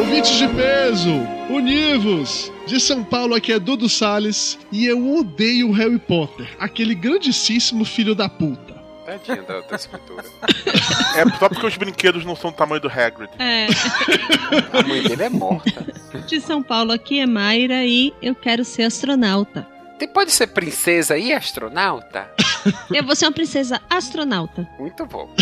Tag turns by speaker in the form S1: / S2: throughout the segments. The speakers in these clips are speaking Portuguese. S1: Ouvintes de peso, univos! De São Paulo, aqui é Dudu Salles e eu odeio o Harry Potter, aquele grandíssimo filho da puta.
S2: Tadinha da, da escritora.
S3: É só porque os brinquedos não são do tamanho do Hagrid.
S4: É,
S2: A mãe dele é morta.
S4: de São Paulo aqui é Mayra e eu quero ser astronauta.
S2: Você pode ser princesa e astronauta?
S4: Eu vou ser uma princesa astronauta.
S2: Muito bom.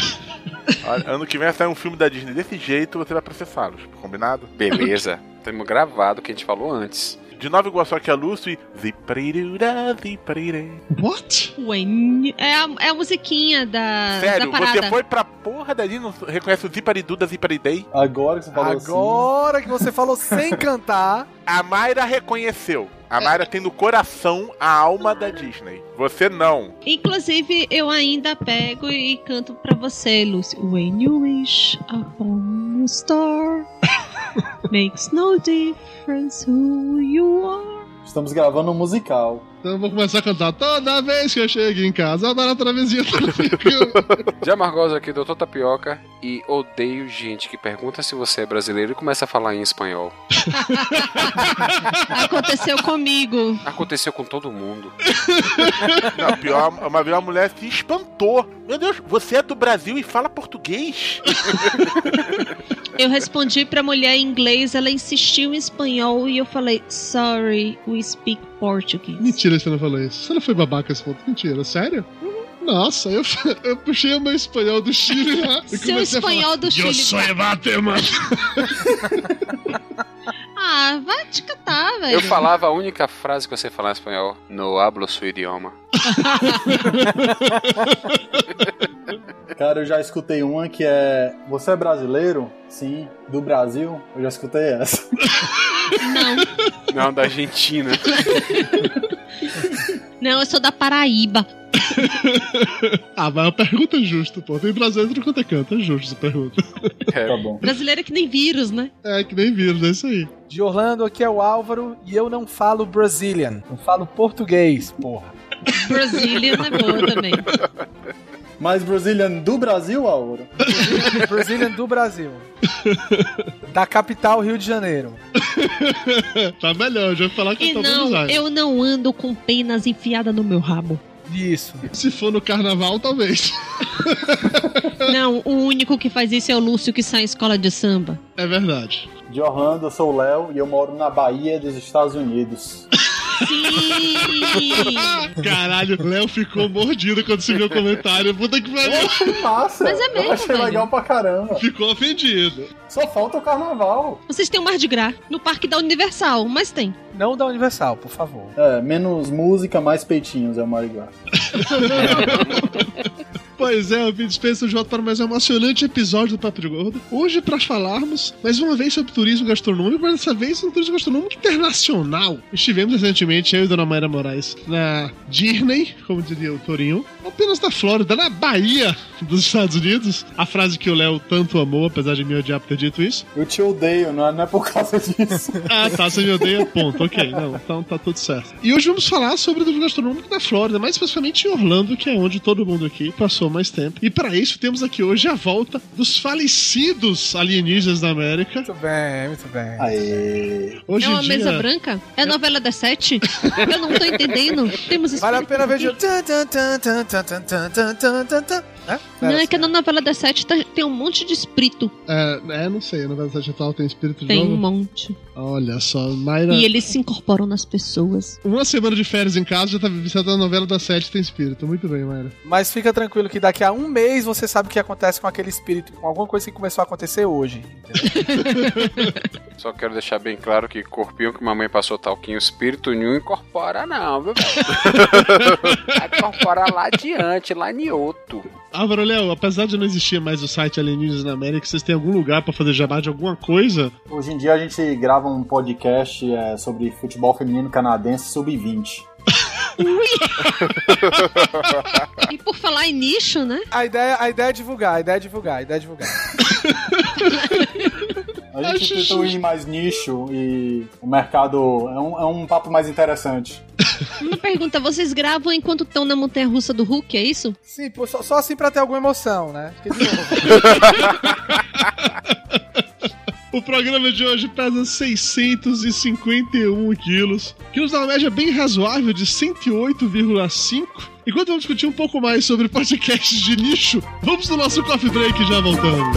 S3: Olha, Ano que vem vai sair um filme da Disney desse jeito, você vai processá-los, combinado?
S2: Beleza. Temos gravado o que a gente falou antes.
S3: De Nova Iguaçu aqui é Lúcio e Ziprirura, ziprirê.
S1: What?
S4: Ué, n- é a, é a musiquinha da,
S3: Sério,
S4: da Ah, parada.
S3: você foi pra porra da Disney, não reconhece o Ziparidu da Ziparidei?
S5: Agora que você falou assim,
S6: Agora que você falou sem cantar,
S3: A Mayra reconheceu. A Mayra tem no coração a alma da Disney. Você não.
S4: Inclusive, eu ainda pego e canto pra você, Lucy. When you wish upon a star, makes no difference who you are.
S5: assim, estamos gravando um musical.
S1: Então eu vou começar a cantar toda vez que eu chego em casa, eu dar a travesinha. toda vez que eu-
S2: Já Margosa aqui, doutor Tapioca, e odeio gente que pergunta se você é brasileiro e começa a falar em espanhol.
S4: Aconteceu comigo.
S2: Aconteceu com todo mundo.
S3: Não, pior, uma vez uma mulher se espantou. Meu Deus, você é do Brasil e fala português?
S4: Eu respondi pra mulher em inglês, ela insistiu em espanhol e eu falei, sorry, we speak Portuguese.
S1: Mentira que você não falou isso. Você não foi babaca esse ponto. Mentira, sério? Nossa, eu, eu puxei o meu espanhol do Chile lá. e
S4: Seu
S1: comecei a falar,
S4: espanhol do
S1: Eu
S4: Chile.
S1: sou Evatema.
S4: Ah, vai te catar,
S2: Eu
S4: velho.
S2: falava a única frase que você fala em espanhol: No hablo su idioma.
S5: Cara, eu já escutei uma que é Você é brasileiro? Sim, do Brasil? Eu já escutei essa.
S4: Não,
S2: Não, da Argentina.
S4: não, eu sou da Paraíba.
S1: Ah, mas a pergunta é justa, pô. Tem brasileiro no quanto é canto, é justo essa pergunta.
S5: Tá
S2: É,
S5: bom.
S4: Brasileiro é que nem vírus, né?
S1: É, que nem vírus, é isso aí.
S6: de Orlando aqui é o Álvaro e eu não falo Brazilian, eu falo português, porra.
S4: Brasília é boa também.
S5: Mas Brazilian do Brasil, Álvaro?
S6: Brazilian do Brasil. Da capital Rio de Janeiro.
S1: Tá melhor, eu já ia falar que tá
S4: E
S1: eu tô Buenos
S4: não,
S1: Aires.
S4: eu não ando com penas enfiadas no meu rabo.
S6: Isso.
S1: Se for no carnaval, talvez.
S4: Não, o único que faz isso é o Lúcio que sai em escola de samba.
S1: É verdade.
S5: De Orlando, eu sou o Léo e eu moro na Bahia dos Estados Unidos.
S4: Sim!
S1: Ah, Caralho, Léo ficou mordido quando se viu o comentário. Puta que pariu.
S5: Que massa!
S4: Mas é mesmo,
S5: eu achei
S4: velho.
S5: legal pra caramba.
S1: Ficou ofendido.
S5: Só falta o carnaval.
S4: Vocês têm o Mar de Gras no Parque da Universal, mas tem.
S6: Não da Universal, por favor.
S5: É, menos música, mais peitinhos é o Marigá.
S1: Pois é, eu me despeço de volta para mais um emocionante episódio do Papo de Gordo. Hoje, para falarmos mais uma vez sobre turismo gastronômico, mas dessa vez um turismo gastronômico internacional. Estivemos recentemente, eu e Dona Mayra Moraes, na Disney, como diria o Torinho, apenas na Flórida, na Bahia dos Estados Unidos. A frase que o Léo tanto amou, apesar de me odiar por ter dito isso.
S5: Eu te odeio, não é, não é por causa disso.
S1: Ah, tá, você me odeia, ponto. Ok, não, então tá tudo certo. E hoje vamos falar sobre o turismo gastronômico da Flórida, mais especificamente em Orlando, que é onde todo mundo aqui passou mais tempo. E pra isso temos aqui hoje a volta dos falecidos alienígenas da América.
S6: Muito bem, muito bem.
S7: Ah,
S5: Aê.
S1: Hoje
S4: é uma
S1: em dia.
S4: mesa branca? É a novela das sete? Eu não tô entendendo. Temos
S6: Vale a pena ver de.
S4: explicação.
S6: Tan, tan, tan, tan, tan, tan, tan, tan, tan, tan, tan. Né?
S4: Não, é
S6: Era
S4: que
S6: assim.
S4: na novela das sete tá- tem um monte de espírito.
S1: É, é, não sei, na verdade atual tem espírito de
S4: Tem
S1: novo.
S4: um monte.
S1: Olha só, Mayra.
S4: E eles se incorporam nas pessoas.
S1: Uma semana de férias em casa já tá viciada na novela da Sete Tem Espírito. Muito bem, Mayra.
S6: Mas fica tranquilo
S8: que
S6: que
S8: daqui a um mês você sabe o que acontece com aquele espírito, com alguma coisa que começou a acontecer hoje. entendeu?
S2: Só quero deixar bem claro que corpinho que mamãe passou talquinho, espírito nenhum incorpora não, viu? Vai incorporar lá adiante, lá em outro.
S1: Álvaro Léo, apesar de não existir mais o site Alienígenas na América, vocês têm algum lugar pra fazer jabá de alguma coisa?
S6: Hoje em dia a gente grava um podcast é, sobre futebol feminino canadense sub-20.
S9: E por falar em nicho, né?
S8: A ideia, a ideia é divulgar, a ideia é divulgar, a ideia é divulgar.
S6: A gente tenta ir mais nicho e o mercado é um, é um papo mais interessante.
S9: Uma pergunta, vocês gravam enquanto estão na montanha russa do Hulk, é isso?
S8: Sim, pô, só, só assim pra ter alguma emoção, né? Porque, de novo,
S1: O programa de hoje pesa 651 quilos, que nos dá uma média bem razoável de 108,5. Enquanto vamos discutir um pouco mais sobre podcasts de nicho, vamos no nosso coffee break e já voltamos.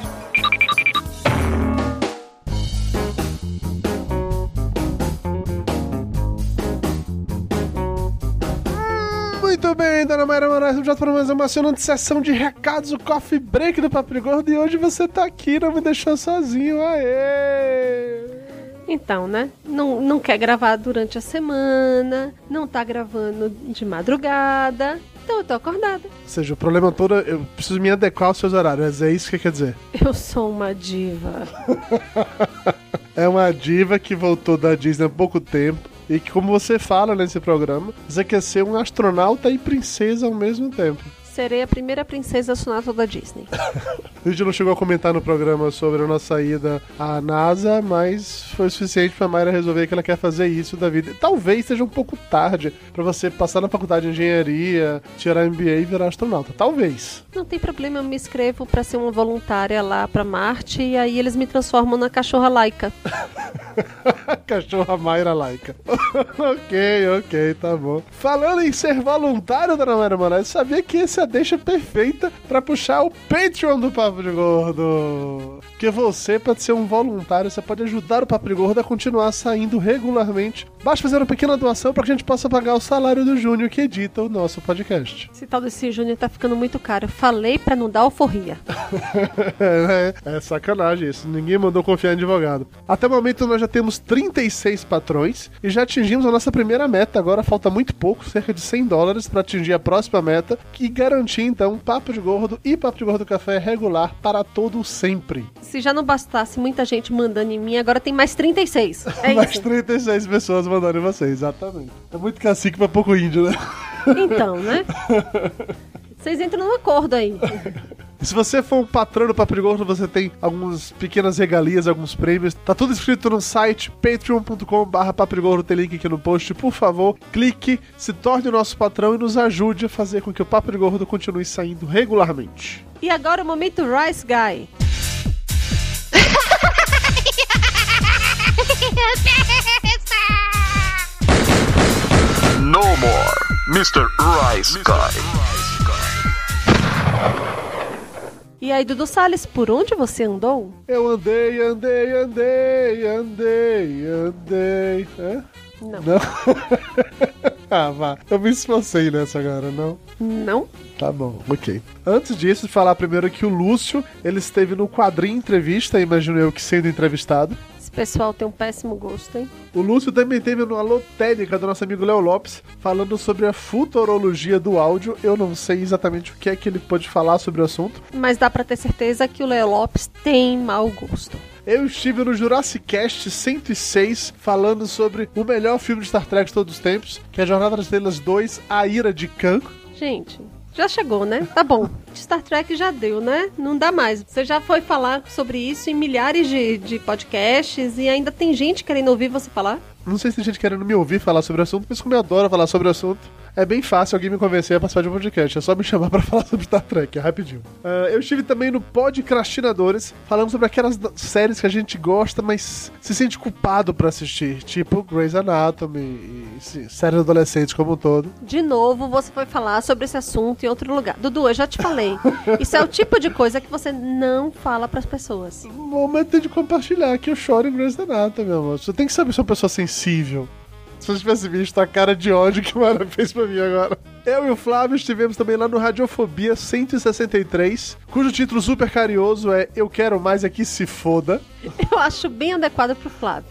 S8: Muito bem, dona Mayra Moraes, já para mais uma acionante sessão de recados, o coffee break do Papo de Gordo e hoje você tá aqui, não me deixou sozinho, aê!
S4: Então, né? Não, não quer gravar durante a semana, não tá gravando de madrugada. Então eu tô acordada.
S1: Ou seja, o problema todo é eu preciso me adequar aos seus horários, é isso que quer dizer.
S4: Eu sou uma diva.
S1: É uma diva que voltou da Disney há pouco tempo. E que, como você fala nesse programa, você quer ser um astronauta e princesa ao mesmo tempo.
S4: Serei a primeira princesa astronauta da Disney.
S1: A gente não chegou a comentar no programa sobre a nossa ida à NASA, mas foi o suficiente pra Mayra resolver que ela quer fazer isso da vida. Talvez seja um pouco tarde pra você passar na faculdade de engenharia, tirar MBA e virar astronauta. Talvez.
S4: Não tem problema, eu me inscrevo pra ser uma voluntária lá pra Marte e aí eles me transformam na cachorra laica.
S1: Cachorra Mayra laica. ok, ok, tá bom. Falando em ser voluntário, dona Mayra Moraes, sabia que essa é a deixa perfeita pra puxar o Patreon do Papo de Gordo. Porque você, pra ser um voluntário, você pode ajudar o Papo de Gordo a continuar saindo regularmente. Basta fazer uma pequena doação pra que a gente possa pagar o salário do Júnior que edita o nosso podcast.
S4: Esse tal desse Júnior tá ficando muito caro. Eu falei pra não dar alforria.
S1: é, é sacanagem isso. Ninguém mandou confiar em advogado. Até o momento nós já temos 36 patrões e já atingimos a nossa primeira meta. Agora falta muito pouco, cerca de 100 dólares, para atingir a próxima meta e garantir então Papo de Gordo e Papo de Gordo Café regular para todo sempre.
S4: Se já não bastasse muita gente mandando em mim, agora tem mais 36. É
S1: Mais
S4: isso.
S1: 36 pessoas mandaram em você, exatamente. É muito cacique pra pouco índio, né?
S4: Então, né? Vocês entram num acordo aí.
S1: Se você for um patrão do Papo de Gordo, você tem algumas pequenas regalias, alguns prêmios. Tá tudo escrito no site patreon.com.br papirigordo, tem link aqui no post. Por favor, clique, se torne o nosso patrão e nos ajude a fazer com que o Papo de Gordo continue saindo regularmente.
S4: E agora o momento Rice Guy.
S3: No more, Mr. Rice Guy.
S4: E aí, Dudu Salles, por onde você andou?
S1: Eu andei, andei, andei, andei, andei. Hã?
S4: Não.
S1: Não? ah, vá. Eu me esforcei nessa agora, não?
S4: Não?
S1: Tá bom, ok. Antes disso, falar primeiro que o Lúcio, ele esteve no quadrinho entrevista, imagino eu que sendo entrevistado.
S4: Esse pessoal tem um péssimo gosto, hein?
S1: O Lúcio também teve no Alô Técnica do nosso amigo Léo Lopes, falando sobre a futurologia do áudio. Eu não sei exatamente o que é que ele pôde falar sobre o assunto.
S4: Mas dá pra ter certeza que o Leo Lopes tem mau gosto.
S1: Eu estive no Jurassic Cast 106 falando sobre o melhor filme de Star Trek de todos os tempos, que é Jornada nas Estrelas 2, A Ira de Khan.
S4: Gente, Já chegou, né? Tá bom. Star Trek já deu, né? Não dá mais. Você já foi falar sobre isso em milhares de, de podcasts e ainda tem gente querendo ouvir você falar?
S1: Não sei se tem gente querendo me ouvir falar sobre o assunto, mas como eu adoro falar sobre o assunto, é bem fácil alguém me convencer a participar de um podcast. É só me chamar pra falar sobre Star Trek, é rapidinho. Ah, eu estive também no Podcrastinadores, falando sobre aquelas da- séries que a gente gosta, mas se sente culpado pra assistir, tipo Grey's Anatomy e se- séries adolescentes como um todo.
S4: De novo, você foi falar sobre esse assunto em outro lugar. Dudu, eu já te falei. Isso é o tipo de coisa que você não fala pras pessoas.
S1: Momento de compartilhar que eu choro em Grey's Anatomy, meu amor. Você tem que saber se é uma pessoa sensível. Se você tivesse visto a cara de ódio que o Mara fez pra mim agora. Eu e o Flávio estivemos também lá no Radiofobia 163, cujo título super carinhoso é Eu Quero Mais Aqui Se Foda.
S4: Eu acho bem adequado pro Flávio.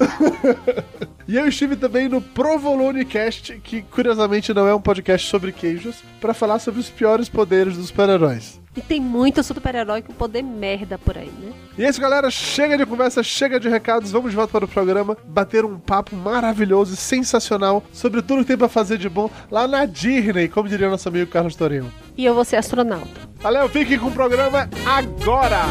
S1: E eu estive também no Provolonecast, que curiosamente não é um podcast sobre queijos, pra falar sobre os piores poderes dos super-heróis.
S4: E tem muito super-herói com poder merda por aí, né?
S1: E é isso, galera. Chega de conversa, chega de recados. Vamos de volta para o programa bater um papo maravilhoso e sensacional sobre tudo que tem pra fazer de bom lá na Disney, como diria nosso amigo Carlos Torinho.
S4: E eu vou ser astronauta.
S1: Valeu, fiquem com o programa agora!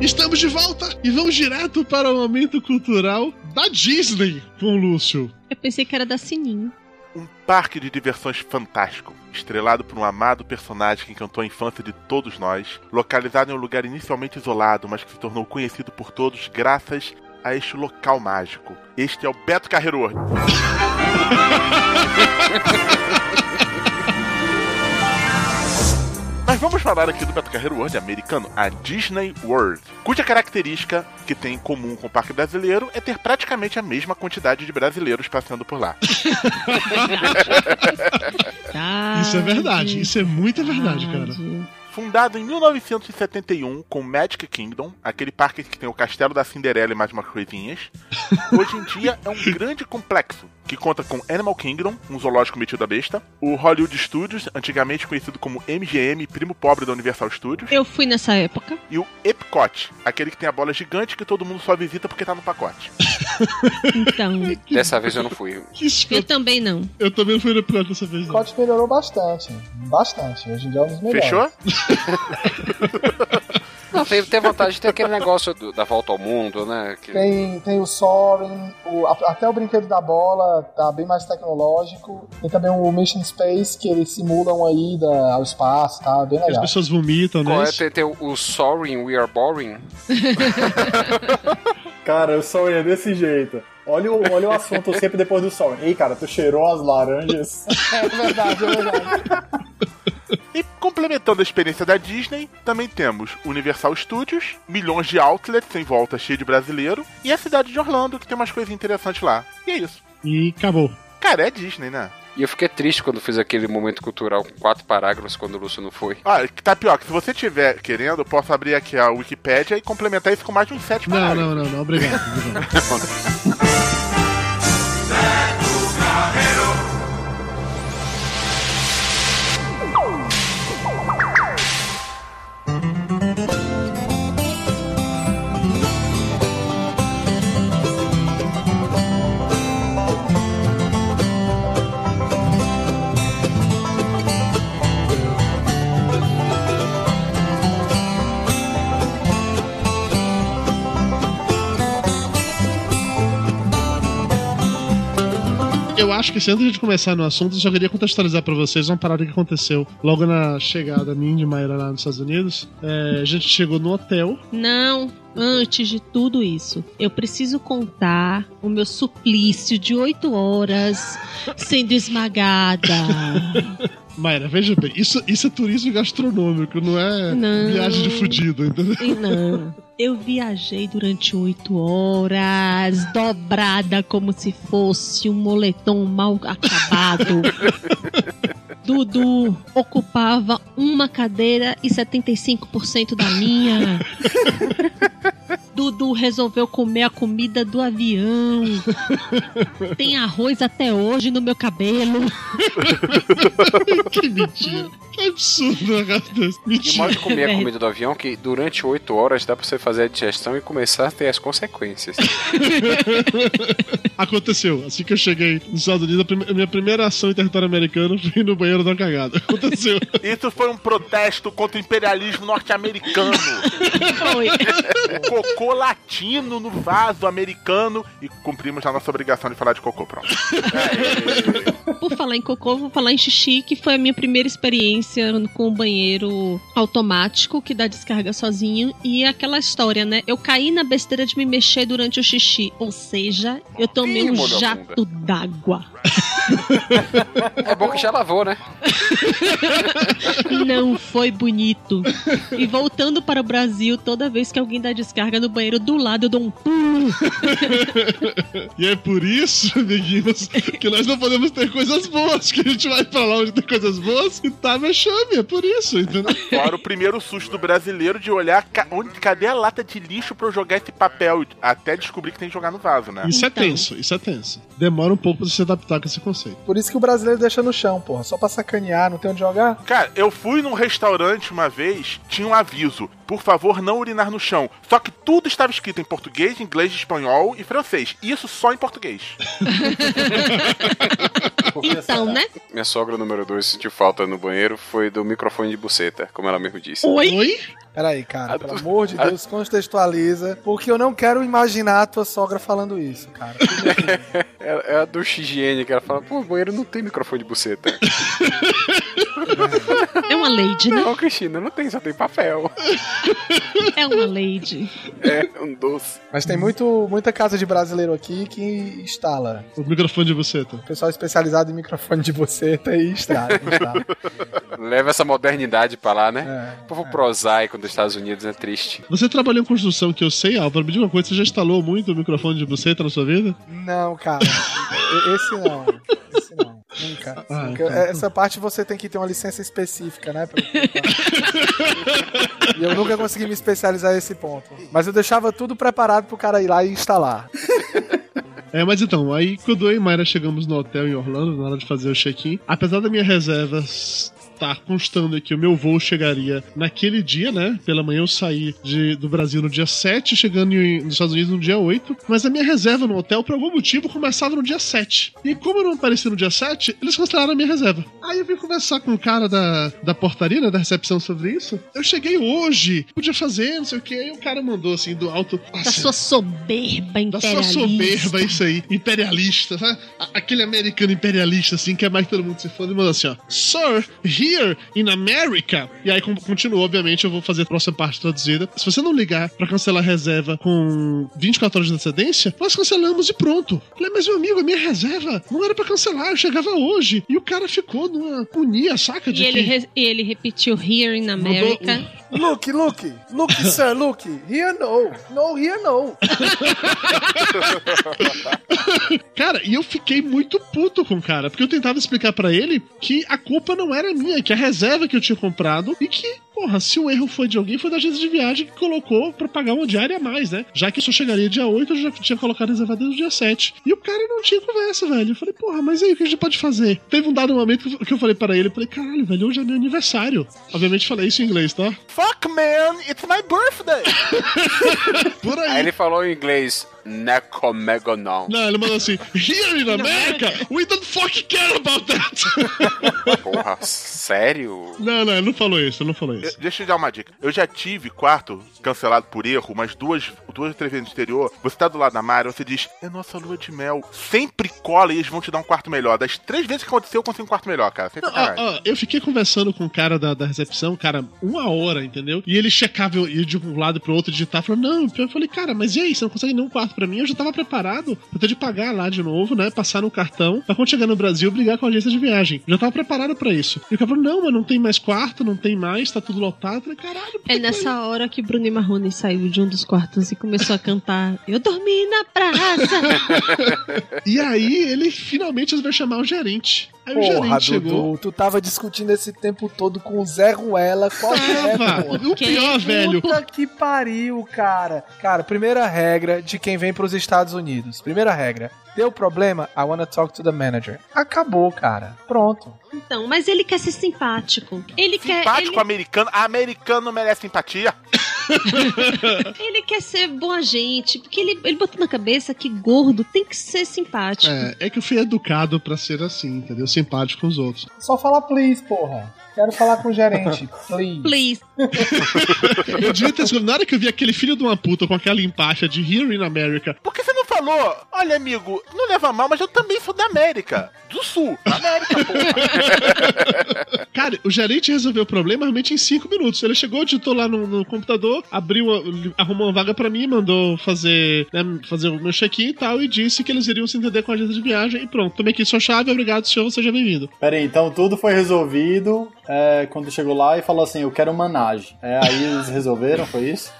S5: Estamos de volta e vamos direto para o momento cultural da Disney com o Lúcio.
S10: Eu pensei que era da Sininho.
S3: um Parque de diversões fantástico, estrelado por um amado personagem que encantou a infância de todos nós, localizado em um lugar inicialmente isolado, mas que se tornou conhecido por todos graças a este local mágico. Este é o Beto Carreiro. Mas vamos falar aqui do Beto Carreiro World americano, a Disney World, cuja característica que tem em comum com o parque brasileiro é ter praticamente a mesma quantidade de brasileiros passando por lá.
S5: Isso é verdade, isso é muita verdade, cara.
S3: Fundado em 1971 com Magic Kingdom, aquele parque que tem o Castelo da Cinderela e mais umas coisinhas, hoje em dia é um grande complexo que conta com Animal Kingdom, um zoológico metido à besta, o Hollywood Studios, antigamente conhecido como MGM, primo pobre da Universal Studios,
S10: Eu fui nessa época.
S3: e o Epcot, aquele que tem a bola gigante que todo mundo só visita porque tá no pacote.
S10: Então.
S2: Dessa vez eu não fui.
S10: Eu também não.
S5: Eu também fui no piloto dessa vez.
S6: O Cote melhorou bastante. Bastante. Hoje em dia é um dos melhores.
S2: Fechou? Não, tem, tem vontade de ter aquele negócio do- da volta ao mundo, né? Que...
S6: Tem, tem o Soren, o- a- até o brinquedo da bola tá bem mais tecnológico. Tem também o Mission Space, que eles simulam a ida ao espaço, tá bem
S5: As
S6: legal.
S5: pessoas vomitam, né?
S2: Qual é? Tem, tem o, o Sorry, We Are Boring.
S6: Cara, eu sou é desse jeito. Olha o, olha o assunto sempre depois do sol. Ei, cara, tu cheirou as laranjas? É verdade, é verdade.
S3: E complementando a experiência da Disney, também temos Universal Studios, milhões de outlets em volta cheio de brasileiro, e a cidade de Orlando, que tem umas coisas interessantes lá. E é isso.
S5: E acabou.
S3: Cara, é Disney, né?
S2: E eu fiquei triste quando fiz aquele momento cultural com quatro parágrafos quando o Lúcio não foi.
S3: Olha, que tá pior, que se você tiver querendo, eu posso abrir aqui a Wikipédia e complementar isso com mais de uns sete
S5: Não,
S3: parágrafos.
S5: não, não, não, obrigado. Eu acho que se antes de a gente começar no assunto, eu só queria contextualizar pra vocês uma parada que aconteceu logo na chegada minha de Mayra lá nos Estados Unidos. É, a gente chegou no hotel.
S10: Não, antes de tudo isso, eu preciso contar o meu suplício de oito horas sendo esmagada
S1: Mayra, veja bem, isso, isso é turismo gastronômico, não é
S4: Não.
S1: viagem de fudido, entendeu?
S4: E não. Eu viajei durante oito horas, dobrada como se fosse um moletom mal acabado. Dudu ocupava uma cadeira e 75% da minha. Dudu resolveu comer a comida do avião. Tem arroz até hoje no meu cabelo.
S1: que mentira. Que absurdo, né,
S5: é
S1: cara? Mentira.
S2: E mais comer a comida do avião que durante 8 horas dá pra você fazer a digestão e começar a ter as consequências.
S1: Aconteceu. Assim que eu cheguei nos Estados Unidos, a, prime- a minha primeira ação em território americano foi ir no banheiro dar uma cagada. Aconteceu.
S3: Isso foi um protesto contra o imperialismo norte-americano.
S4: É, então Foi.
S3: Cocô latino no vaso americano. E cumprimos a nossa obrigação de falar de cocô, pronto.
S4: Por falar em cocô, vou falar em xixi, que foi a minha primeira experiência com o banheiro automático, que dá descarga sozinho. E é aquela história, né? Eu caí na besteira de me mexer durante o xixi. Ou seja, eu tomei
S2: Ih,
S4: um
S2: molhou a
S4: jato d'água.
S2: É bom que já lavou, né?
S4: Não foi bonito. E voltando para o Brasil, toda vez que alguém dá descarga no banheiro do lado, eu dou um pulo.
S1: E é por isso, amiguinhos, que nós não podemos ter coisas boas, que a gente vai pra lá onde tem coisas boas e tá vexame, é por isso, entendeu?
S3: Fora o primeiro susto do brasileiro de olhar ca- onde, cadê a lata de lixo pra eu jogar esse papel. Até descobrir que tem que jogar no vaso, né?
S1: Isso é tenso, isso é tenso. Demora um pouco pra você se adaptar com esse conceito.
S6: Por isso que o brasileiro deixa no chão, porra. Só pra sacanear, não tem onde jogar.
S3: Cara, eu fui num restaurante uma vez, tinha um aviso: por favor, não urinar no chão. Só que tudo estava escrito em português, inglês, espanhol e francês. Isso só em português.
S4: Então, né?
S2: Minha sogra número 2 sentiu falta no banheiro foi do microfone de buceta, como ela mesmo disse.
S6: Peraí, cara, pelo amor de Deus, contextualiza. Porque eu não quero imaginar a tua sogra falando isso, cara.
S2: É, é a do higiene que ela fala, pô, o banheiro não tem microfone de buceta.
S4: É uma lady, né?
S2: Não, Cristina, não tem, só tem papel. Ah,
S4: É uma lady.
S2: É um doce.
S6: Mas tem muito, muita casa de brasileiro aqui que instala.
S1: O microfone de buceta.
S6: Pessoal especializado em microfone de tá buceta e instala. instala.
S2: Leva essa modernidade pra lá, né? O povo prosaico dos Estados Unidos é triste.
S1: Você trabalhou em construção, que eu sei, Álvaro, me diga uma coisa, você já instalou muito o microfone de buceta na sua vida?
S6: Não, cara. E- Esse não. Esse não. Nunca.
S1: Ah,
S6: Porque
S1: então.
S6: é, Essa parte você tem que ter uma licença específica, né? pra- E eu nunca consegui me especializar nesse ponto. Mas eu deixava tudo preparado pro cara ir lá e instalar.
S1: É, mas então, aí quando eu e Mayra chegamos no hotel em Orlando, na hora de fazer o check-in, apesar da minha reserva estar constando que o meu voo chegaria naquele dia, né? Pela manhã eu saí de- do Brasil no dia 7, chegando em- nos Estados Unidos no dia 8, mas a minha reserva no hotel, por algum motivo, começava no dia 7. E como eu não apareci no dia 7, eles cancelaram a minha reserva. Aí eu vim conversar com o cara da, da portaria, né, da recepção sobre isso. Eu cheguei hoje, podia fazer, não sei o que, aí o cara mandou assim, do alto...
S4: Da sua soberba
S1: Da sua
S4: imperialista.
S1: Tá soberba, isso aí. Imperialista, sabe? A- Aquele americano imperialista, assim, que é mais que todo mundo se foda e manda assim, ó. Sir, here in America. E aí com- continua, obviamente, eu vou fazer a próxima parte traduzida. Se você não ligar pra cancelar a reserva com 24 horas de antecedência, nós cancelamos e pronto. Eu Falei, mas meu amigo, a minha reserva não era pra cancelar, eu chegava hoje. E o cara ficou numa agonia, saca? De
S4: E ele,
S1: que...
S4: re- e ele repetiu Here in America.
S6: Look, look, look, sir, look. Here no. No, here no.
S1: Cara, e eu fiquei muito puto com o cara, porque eu tentava explicar pra ele que a culpa não era minha, que a reserva que eu tinha comprado e que, porra, se o erro foi de alguém, foi da agência de viagem que colocou pra pagar uma diária a mais, né? Já que eu só chegaria dia 8, eu já tinha colocado reservado no dia 7. E o cara não tinha conversa, velho. Eu falei, porra, mas aí o que a gente pode fazer? Teve um dado momento que eu- que eu falei pra ele, eu falei, caralho, velho, hoje é meu aniversário. Obviamente falei isso em inglês, tá?
S3: Fuck, man, it's my birthday!
S1: Por
S2: aí. ele falou em inglês, necomego Né, não.
S1: Não, ele mandou assim, here in America, we don't fucking care about that.
S3: Porra, sério?
S1: não, não, ele não falou isso, ele não falou isso.
S3: Deixa eu dar uma dica. Eu já tive quarto cancelado por erro, mas duas, duas ou três vezes no exterior. Você tá do lado da Mara, você diz, é nossa lua de mel. Sempre cola e eles vão te dar um quarto melhor. Das três vezes que aconteceu, eu consigo um quarto melhor, cara. Sem
S1: Não, é, ó,
S3: sacanagem.
S1: ó, Ah, eu fiquei conversando com o cara da, da recepção, cara, uma hora, entendeu? E ele checava eu ia de um lado pro outro digitar, falou, não, eu falei, cara, mas e aí, você não consegue nenhum quarto foto pra mim, eu já tava preparado pra ter de pagar lá de novo, né? Passar no cartão, pra quando chegar no Brasil, brigar com a agência de viagem. Eu já tava preparado pra isso. E o cara falou, não, mas não tem mais quarto, não tem mais, tá tudo lotado. Eu falei, caralho,
S4: É nessa hora que Bruno Marrone saiu de um dos quartos e começou a cantar Eu dormi na praça.
S1: E aí ele finalmente vai chamar o gerente. Aí o
S6: Porra,
S1: gerente
S6: Dudu,
S1: chegou.
S6: tu tava discutindo esse tempo todo com o Zé Ruela. Qual que é,
S1: Tava.
S6: porra?
S1: O pior, velho.
S6: Puta que pariu, cara. Cara, primeira regra de quem vem pros Estados Unidos. Primeira regra. Deu problema? I wanna talk to the manager. Acabou, cara. Pronto.
S4: Então, mas ele quer ser simpático. Ele quer.
S3: Simpático
S4: Ele,
S3: americano. Americano merece simpatia.
S4: ele quer ser boa gente. Porque ele, ele botou na cabeça que gordo tem que ser simpático.
S1: É, é que eu fui educado pra ser assim, entendeu? Simpático com os outros.
S6: Só fala please, porra. Quero falar com o gerente. Please.
S4: Please.
S1: Eu devia ter escolhido. Na hora que eu vi aquele filho de uma puta com aquela empaixa de Here in America,
S3: Por que você não falou? Olha, amigo, não leva mal, mas eu também sou da América. Do Sul. Da América, porra.
S1: Cara, o gerente resolveu o problema realmente em cinco minutos. Ele chegou, digitou lá no, no computador, abriu, uma- arrumou uma vaga pra mim, mandou fazer, né, fazer o meu check-in e tal, e disse que eles iriam se entender com a agência de viagem. E pronto, tomei aqui sua chave, obrigado, senhor, seja bem-vindo.
S5: Peraí, então tudo foi resolvido é, quando chegou lá e falou assim: Eu quero manage. É, aí eles resolveram, foi isso?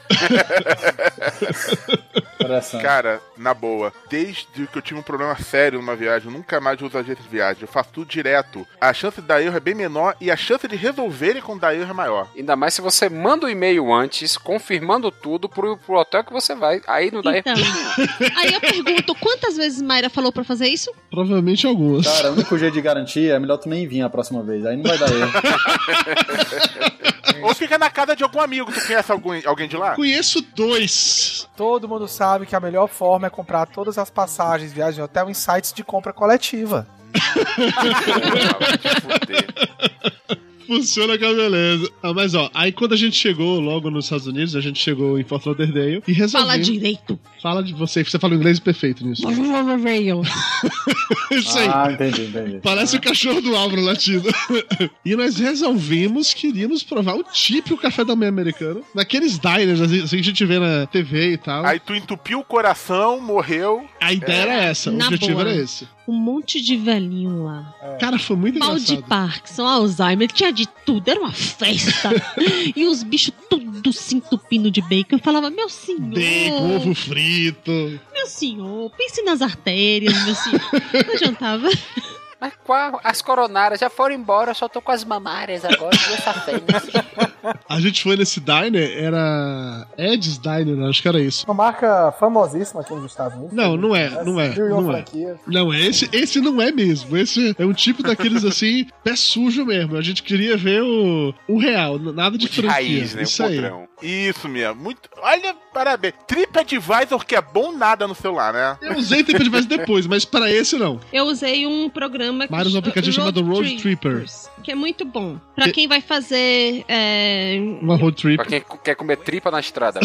S5: Interessante.
S3: Cara, na boa, desde que eu tive um problema sério numa viagem, eu nunca mais uso agência de viagem. Eu faço tudo direto. A chance de dar erro é bem menor e a chance de resolverem com dar erro é maior.
S2: Ainda mais se você manda o e-mail antes, confirmando tudo pro, pro hotel que você vai. Aí não dá
S4: Então.
S2: erro.
S4: Aí eu pergunto, quantas vezes Mayra falou pra fazer isso?
S1: Provavelmente algumas.
S5: Cara, o único jeito de garantir é melhor tu nem vir a próxima vez. Aí não vai dar erro.
S3: Ou fica na casa de algum amigo. Tu conhece algum, alguém de lá?
S1: Conheço dois.
S6: Todo mundo sabe que a melhor forma é comprar todas as passagens, viagem, hotel em sites de compra coletiva.
S1: Funciona com a beleza. Ah, mas ó, aí quando a gente chegou logo nos Estados Unidos, a gente chegou em Fort Lauderdale e resolveu.
S4: Fala direito.
S1: Fala de você, você fala inglês perfeito nisso. Isso aí.
S5: Ah, entendi, entendi.
S1: Parece o cachorro do Álvaro latindo. e nós resolvemos que iríamos provar o típico café da manhã americano. Naqueles diners assim, assim, que a gente vê na TV e tal.
S3: Aí tu entupiu o coração, morreu.
S1: A ideia era essa, o
S4: é. Na
S1: objetivo
S4: boa.
S1: era esse.
S4: Um monte de velhinho lá.
S1: Cara, foi muito
S4: Mal de
S1: engraçado.
S4: Parkinson, Alzheimer, tinha de tudo, era uma festa. e os bichos tudo se entupindo de bacon. Eu falava, meu senhor.
S1: Bacon, ovo frito.
S4: Meu senhor, pense nas artérias, meu senhor. Não adiantava.
S2: Mas qual- as coronárias já foram embora, eu só tô com as mamárias agora, duas safenas.
S1: A gente foi nesse diner, era Ed's Diner, acho que era isso.
S6: Uma marca famosíssima aqui nos Estados Unidos.
S1: Não, não é, não é,
S6: Surgiu uma
S1: não é.
S6: franquia.
S1: Não, esse, esse não é mesmo. Esse é um tipo daqueles assim, pé sujo mesmo. A gente queria ver o, o real, nada de franquia.
S3: Raiz, né?
S1: Isso
S3: o
S1: aí.
S3: podrão. Isso mesmo. Muito... Olha, parabéns. TripAdvisor que é bom nada no celular, né?
S1: Eu usei TripAdvisor depois, mas para esse não.
S4: Eu usei um programa que
S1: Mas um aplicativo chamado Road Trippers.
S4: que é muito bom. Pra quem vai fazer. é,
S1: Uma road trip.
S2: Pra quem cu- quer comer tripa na estrada.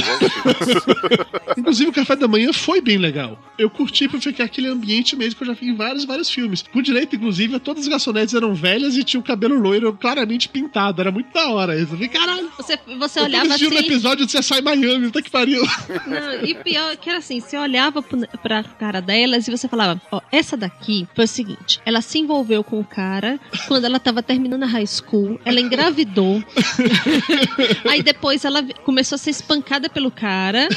S1: Inclusive, o café da manhã foi bem legal. Eu curti pra ficar aquele ambiente mesmo que eu já vi em vários, vários filmes. Com direito, inclusive, a todas as garçonetes eram velhas e tinha o cabelo loiro claramente pintado. Era muito da hora isso. Eu falei, caralho.
S4: Você, você
S1: eu tô
S4: olhava
S1: assistindo
S4: assim.
S1: um episódio de CSI Miami, puta que pariu.
S4: Não, e pior que era assim, você olhava pro- pra cara delas e você falava, ó, essa daqui foi o seguinte, ela se envolveu com o cara quando ela tava terminando a high school, ela engravidou, aí depois ela vi- começou a ser espancada pelo cara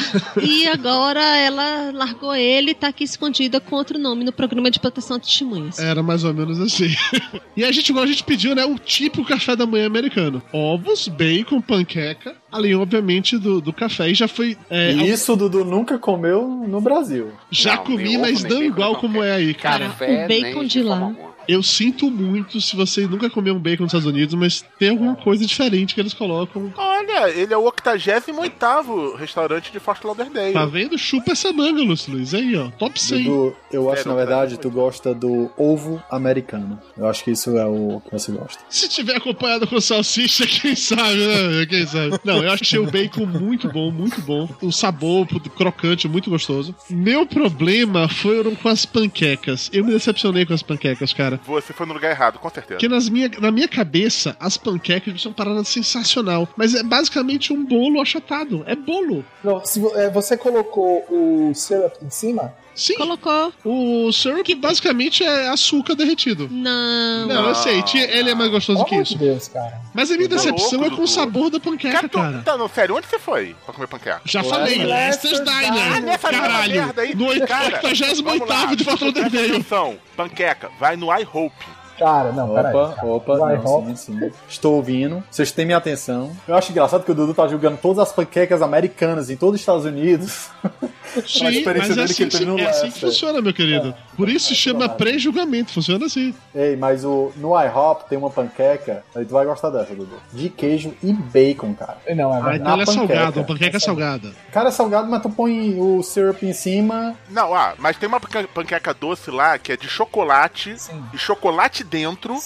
S4: e agora ela largou ele e tá aqui escondida com outro nome no programa de proteção de testemunhas.
S1: Era mais ou menos assim. E a gente, igual a gente pediu, né? O tipo café da manhã americano: ovos, bacon, panqueca. Além, obviamente, do, do café. E já foi. é,
S5: E
S1: al-
S5: isso o Dudu nunca comeu no Brasil.
S1: Já
S5: Não, nem
S1: comi,
S5: ovo,
S1: mas
S5: nem
S1: não
S5: bacon,
S1: igual
S5: não,
S1: como é aí, cara.
S4: o um bacon de lá.
S1: Eu sinto muito se você nunca comeu um bacon nos Estados Unidos, mas tem alguma coisa diferente que eles colocam.
S3: Olha, ele é o 88 restaurante de Fort Lauderdale.
S1: Tá vendo? Chupa essa manga, Lúcio Luiz. Aí, ó. Top 100.
S5: Dudu, eu acho, na verdade, tu gosta do ovo americano. Eu acho que isso é o que você gosta.
S1: Se tiver acompanhado com salsicha, quem sabe, né? Quem sabe. Não, eu achei o bacon muito bom, muito bom. O sabor puto, crocante, muito gostoso. Meu problema foram com as panquecas. Eu me decepcionei com as panquecas, cara. cara.
S3: Você foi no lugar errado, com certeza.
S1: Porque nas minha, na minha cabeça, as panquecas são uma parada sensacional. Mas é basicamente um bolo achatado. É bolo.
S6: Não, se vo- é, você colocou o syrup em cima?
S1: Sim.
S4: Colocou.
S1: O syrup basicamente é açúcar derretido.
S4: Não.
S1: Não, eu sei. tinha- Ele é mais gostoso que isso.
S6: Deus, cara.
S1: Mas a minha
S3: Tá
S1: decepção
S3: louco,
S1: é com
S3: Dudu?
S1: o sabor da panqueca,
S3: Cara, tu-
S1: cara.
S3: Tá, não, sério, onde você foi pra comer panqueca?
S1: Já falei, Lester's Diner.
S3: Ah, nessa
S1: Caralho.
S3: merda aí.
S1: No
S3: Cara,
S1: 88º
S3: vamos lá.
S1: de Fortaleza
S3: Presta
S1: Vermelho.
S3: atenção, Panqueca, vai no iHope.
S6: Cara, não, peraí.
S5: Opa,
S6: cara.
S5: opa,
S6: Vai,
S5: não,
S6: Rob.
S5: sim, sim. Estou ouvindo. Vocês têm minha atenção. Eu acho engraçado que o Dudu tá julgando todas as panquecas americanas em todos os Estados Unidos.
S1: Sim,
S5: a experiência
S1: mas é
S5: dele que
S1: assim,
S5: ele teve no
S1: é assim que
S5: Leicester.
S1: funciona, meu querido. Por isso se chama pré-julgamento, funciona assim.
S5: Ei, mas o, no IHOP tem uma panqueca, aí tu vai gostar dessa, Dudu. De queijo e bacon, cara.
S6: Não, é
S1: Ah, então ela é salgada, a panqueca é salgada.
S5: Cara, é salgado, mas tu põe o syrup em cima.
S3: Não, ah, mas tem uma panque- panqueca doce lá que é de chocolate e chocolate dentro.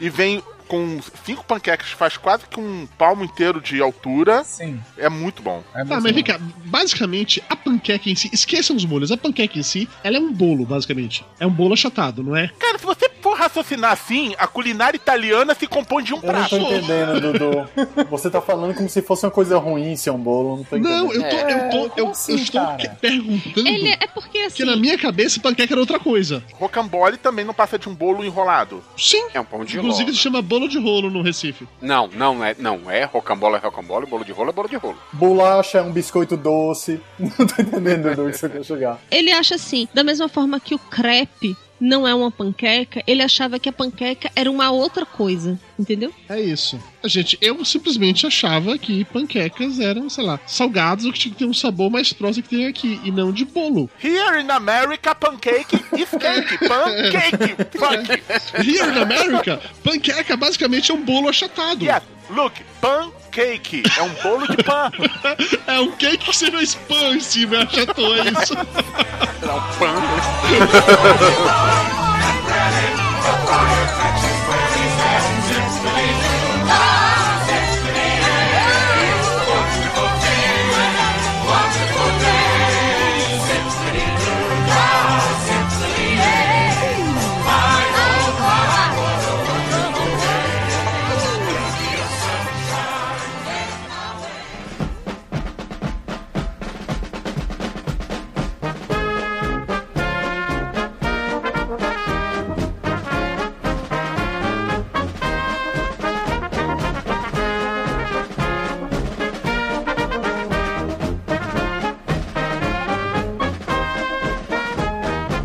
S3: E vem com cinco panquecas, faz quase que um palmo inteiro de altura.
S6: Sim.
S3: É muito bom.
S1: Tá, mas vem cá, basicamente, a panqueca em si, esqueçam os molhos, a panqueca em si, ela é um bolo, basicamente. É um bolo achatado, não é?
S3: Cara, se você for raciocinar assim, a culinária italiana se compõe de um
S5: Eu não
S3: prato.
S5: tô entendendo, Dudu. Você tá falando como se fosse uma coisa ruim ser um bolo, não tô entendendo.
S1: Não, eu tô, eu tô, eu, eu estou que- perguntando
S4: Ele é porque assim.
S1: que na minha cabeça panqueca era outra coisa.
S3: Rocambole também não passa de um bolo enrolado.
S1: Sim.
S2: É um pão de
S1: Inclusive
S2: ló.
S1: se chama bolo de rolo no Recife.
S2: Não, não é, não é rocambola é rocambola, bolo de rolo é bolo de rolo.
S5: Bolacha é um biscoito doce. Não tô entendendo, Dudu, o que você quer chegar.
S4: Ele acha assim, da mesma forma que o crepe não é uma panqueca, ele achava que a panqueca era uma outra coisa, entendeu?
S1: É isso. Gente, eu simplesmente achava que panquecas eram, sei lá, salgados ou que tinha que ter um sabor mais próximo que tem aqui, e não de bolo.
S3: Here in America, pancake is cake. Pancake, fuck.
S1: Here in America, panqueca basicamente é um bolo achatado.
S3: Yes, look, pancake é um bolo de pan.
S1: é um cake que seria spam em cima, achatou é isso.
S2: É um pão.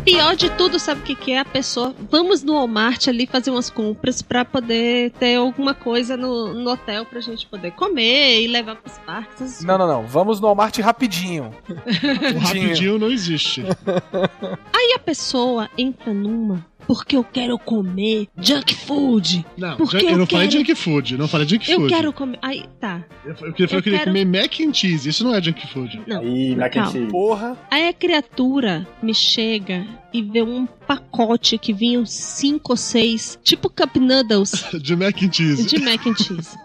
S4: Pior de tudo, sabe o que, que é? A pessoa, vamos no Walmart ali fazer umas compras pra poder ter alguma coisa no, no hotel pra gente poder comer e levar pros parques.
S11: Não, não, não. Vamos no Walmart rapidinho.
S1: Rapidinho não existe.
S4: Aí a pessoa entra numa porque eu quero comer junk food.
S1: Não,
S4: porque
S1: eu,
S4: eu,
S1: não falei
S4: quero,
S1: junk food, não falei junk
S4: Eu
S1: food.
S4: quero comer. Aí, tá.
S1: Eu, eu queria, eu
S4: eu
S1: queria
S4: quero-
S1: comer mac and cheese, isso não é junk food.
S4: Não.
S5: Ih,
S4: mac and Calma. cheese.
S11: Porra.
S4: Aí a criatura me chega e vê um pacote que vinham cinco ou seis, tipo cup noodles
S1: De mac and cheese.
S4: de mac and cheese.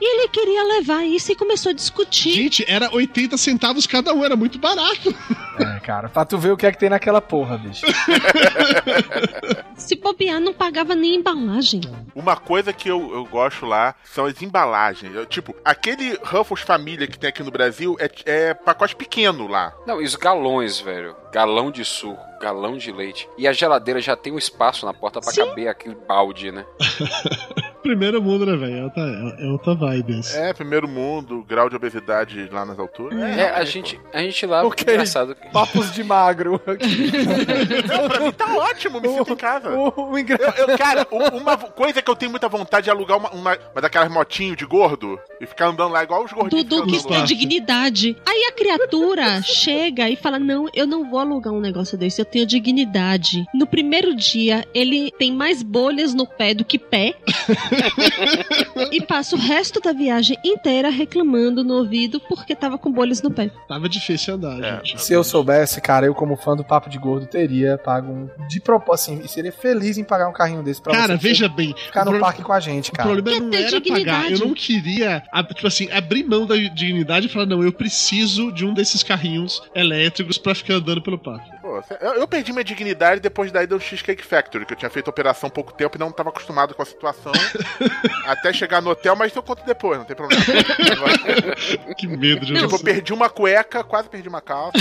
S4: e ele queria levar isso e começou a discutir.
S1: Gente, era 80 centavos cada um, era muito barato.
S11: É, cara, pra tu ver o que é que tem naquela porra, bicho.
S4: Se bobear, não pagava nem embalagem.
S3: Uma coisa que eu, eu gosto lá são as embalagens. Eu, tipo, aquele Ruffles Família que tem aqui no Brasil é, é pacote pequeno lá.
S2: Não, e os galões, velho. Galão de suco, galão de leite. E a geladeira já tem um espaço na porta pra caber aquele balde, né?
S1: Primeiro mundo, né, velho? É outra- É é outra vibe. essa.
S3: É, primeiro mundo, grau de obesidade lá nas alturas.
S2: É, a gente, a gente lá,
S3: Ok.
S2: engraçado.
S11: Papos de magro.
S3: Não, pra mim tá ótimo, me sinto em casa.
S11: O
S3: Eu, eu, cara, u- uma vo- coisa que eu tenho muita vontade é alugar uma, uma, uma daquelas motinho de gordo e ficar andando lá igual os gordinhos.
S4: Dudu
S3: ficam
S4: quis
S3: andando
S4: ter
S3: lá.
S4: dignidade. Aí a criatura chega e fala: Não, eu não vou alugar um negócio desse, eu tenho dignidade. No primeiro dia, ele tem mais bolhas no pé do que pé. e passa o resto da viagem inteira reclamando no ouvido porque tava com bolhas no pé.
S1: Tava difícil andar, gente.
S11: Se eu soubesse, cara, eu como fã do Papo de Gordo
S5: teria pago um. De propósito, assim, seria feliz em pagar um carrinho desse pra
S1: Cara,
S5: você
S1: veja bem.
S5: Ficar
S1: o
S5: no
S1: pro-
S5: parque com a gente,
S1: O
S5: cara.
S1: problema não era pagar. Eu não queria, ab- tipo assim, abrir mão da dignidade e falar, não, eu preciso de um desses carrinhos elétricos pra ficar andando pelo parque.
S3: Pô, negócio. Eu, eu perdi minha dignidade depois daí do Cheesecake Factory, que eu tinha feito operação há pouco tempo e não tava acostumado com a situação. até chegar no hotel, mas eu conto depois, não tem problema.
S1: que medo de
S3: Tipo,
S1: você.
S3: eu perdi uma cueca, quase perdi uma calça.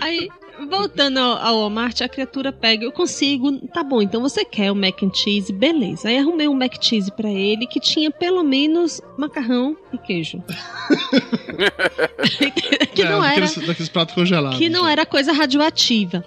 S4: Aí, voltando ao, ao Walmart, a criatura pega, eu consigo, tá bom, então você quer o mac and cheese, beleza. Aí arrumei um mac and cheese pra ele que tinha pelo menos macarrão e queijo. que não era...
S1: É, daqueles, daqueles pratos congelados.
S4: Que não era coisa radioativa.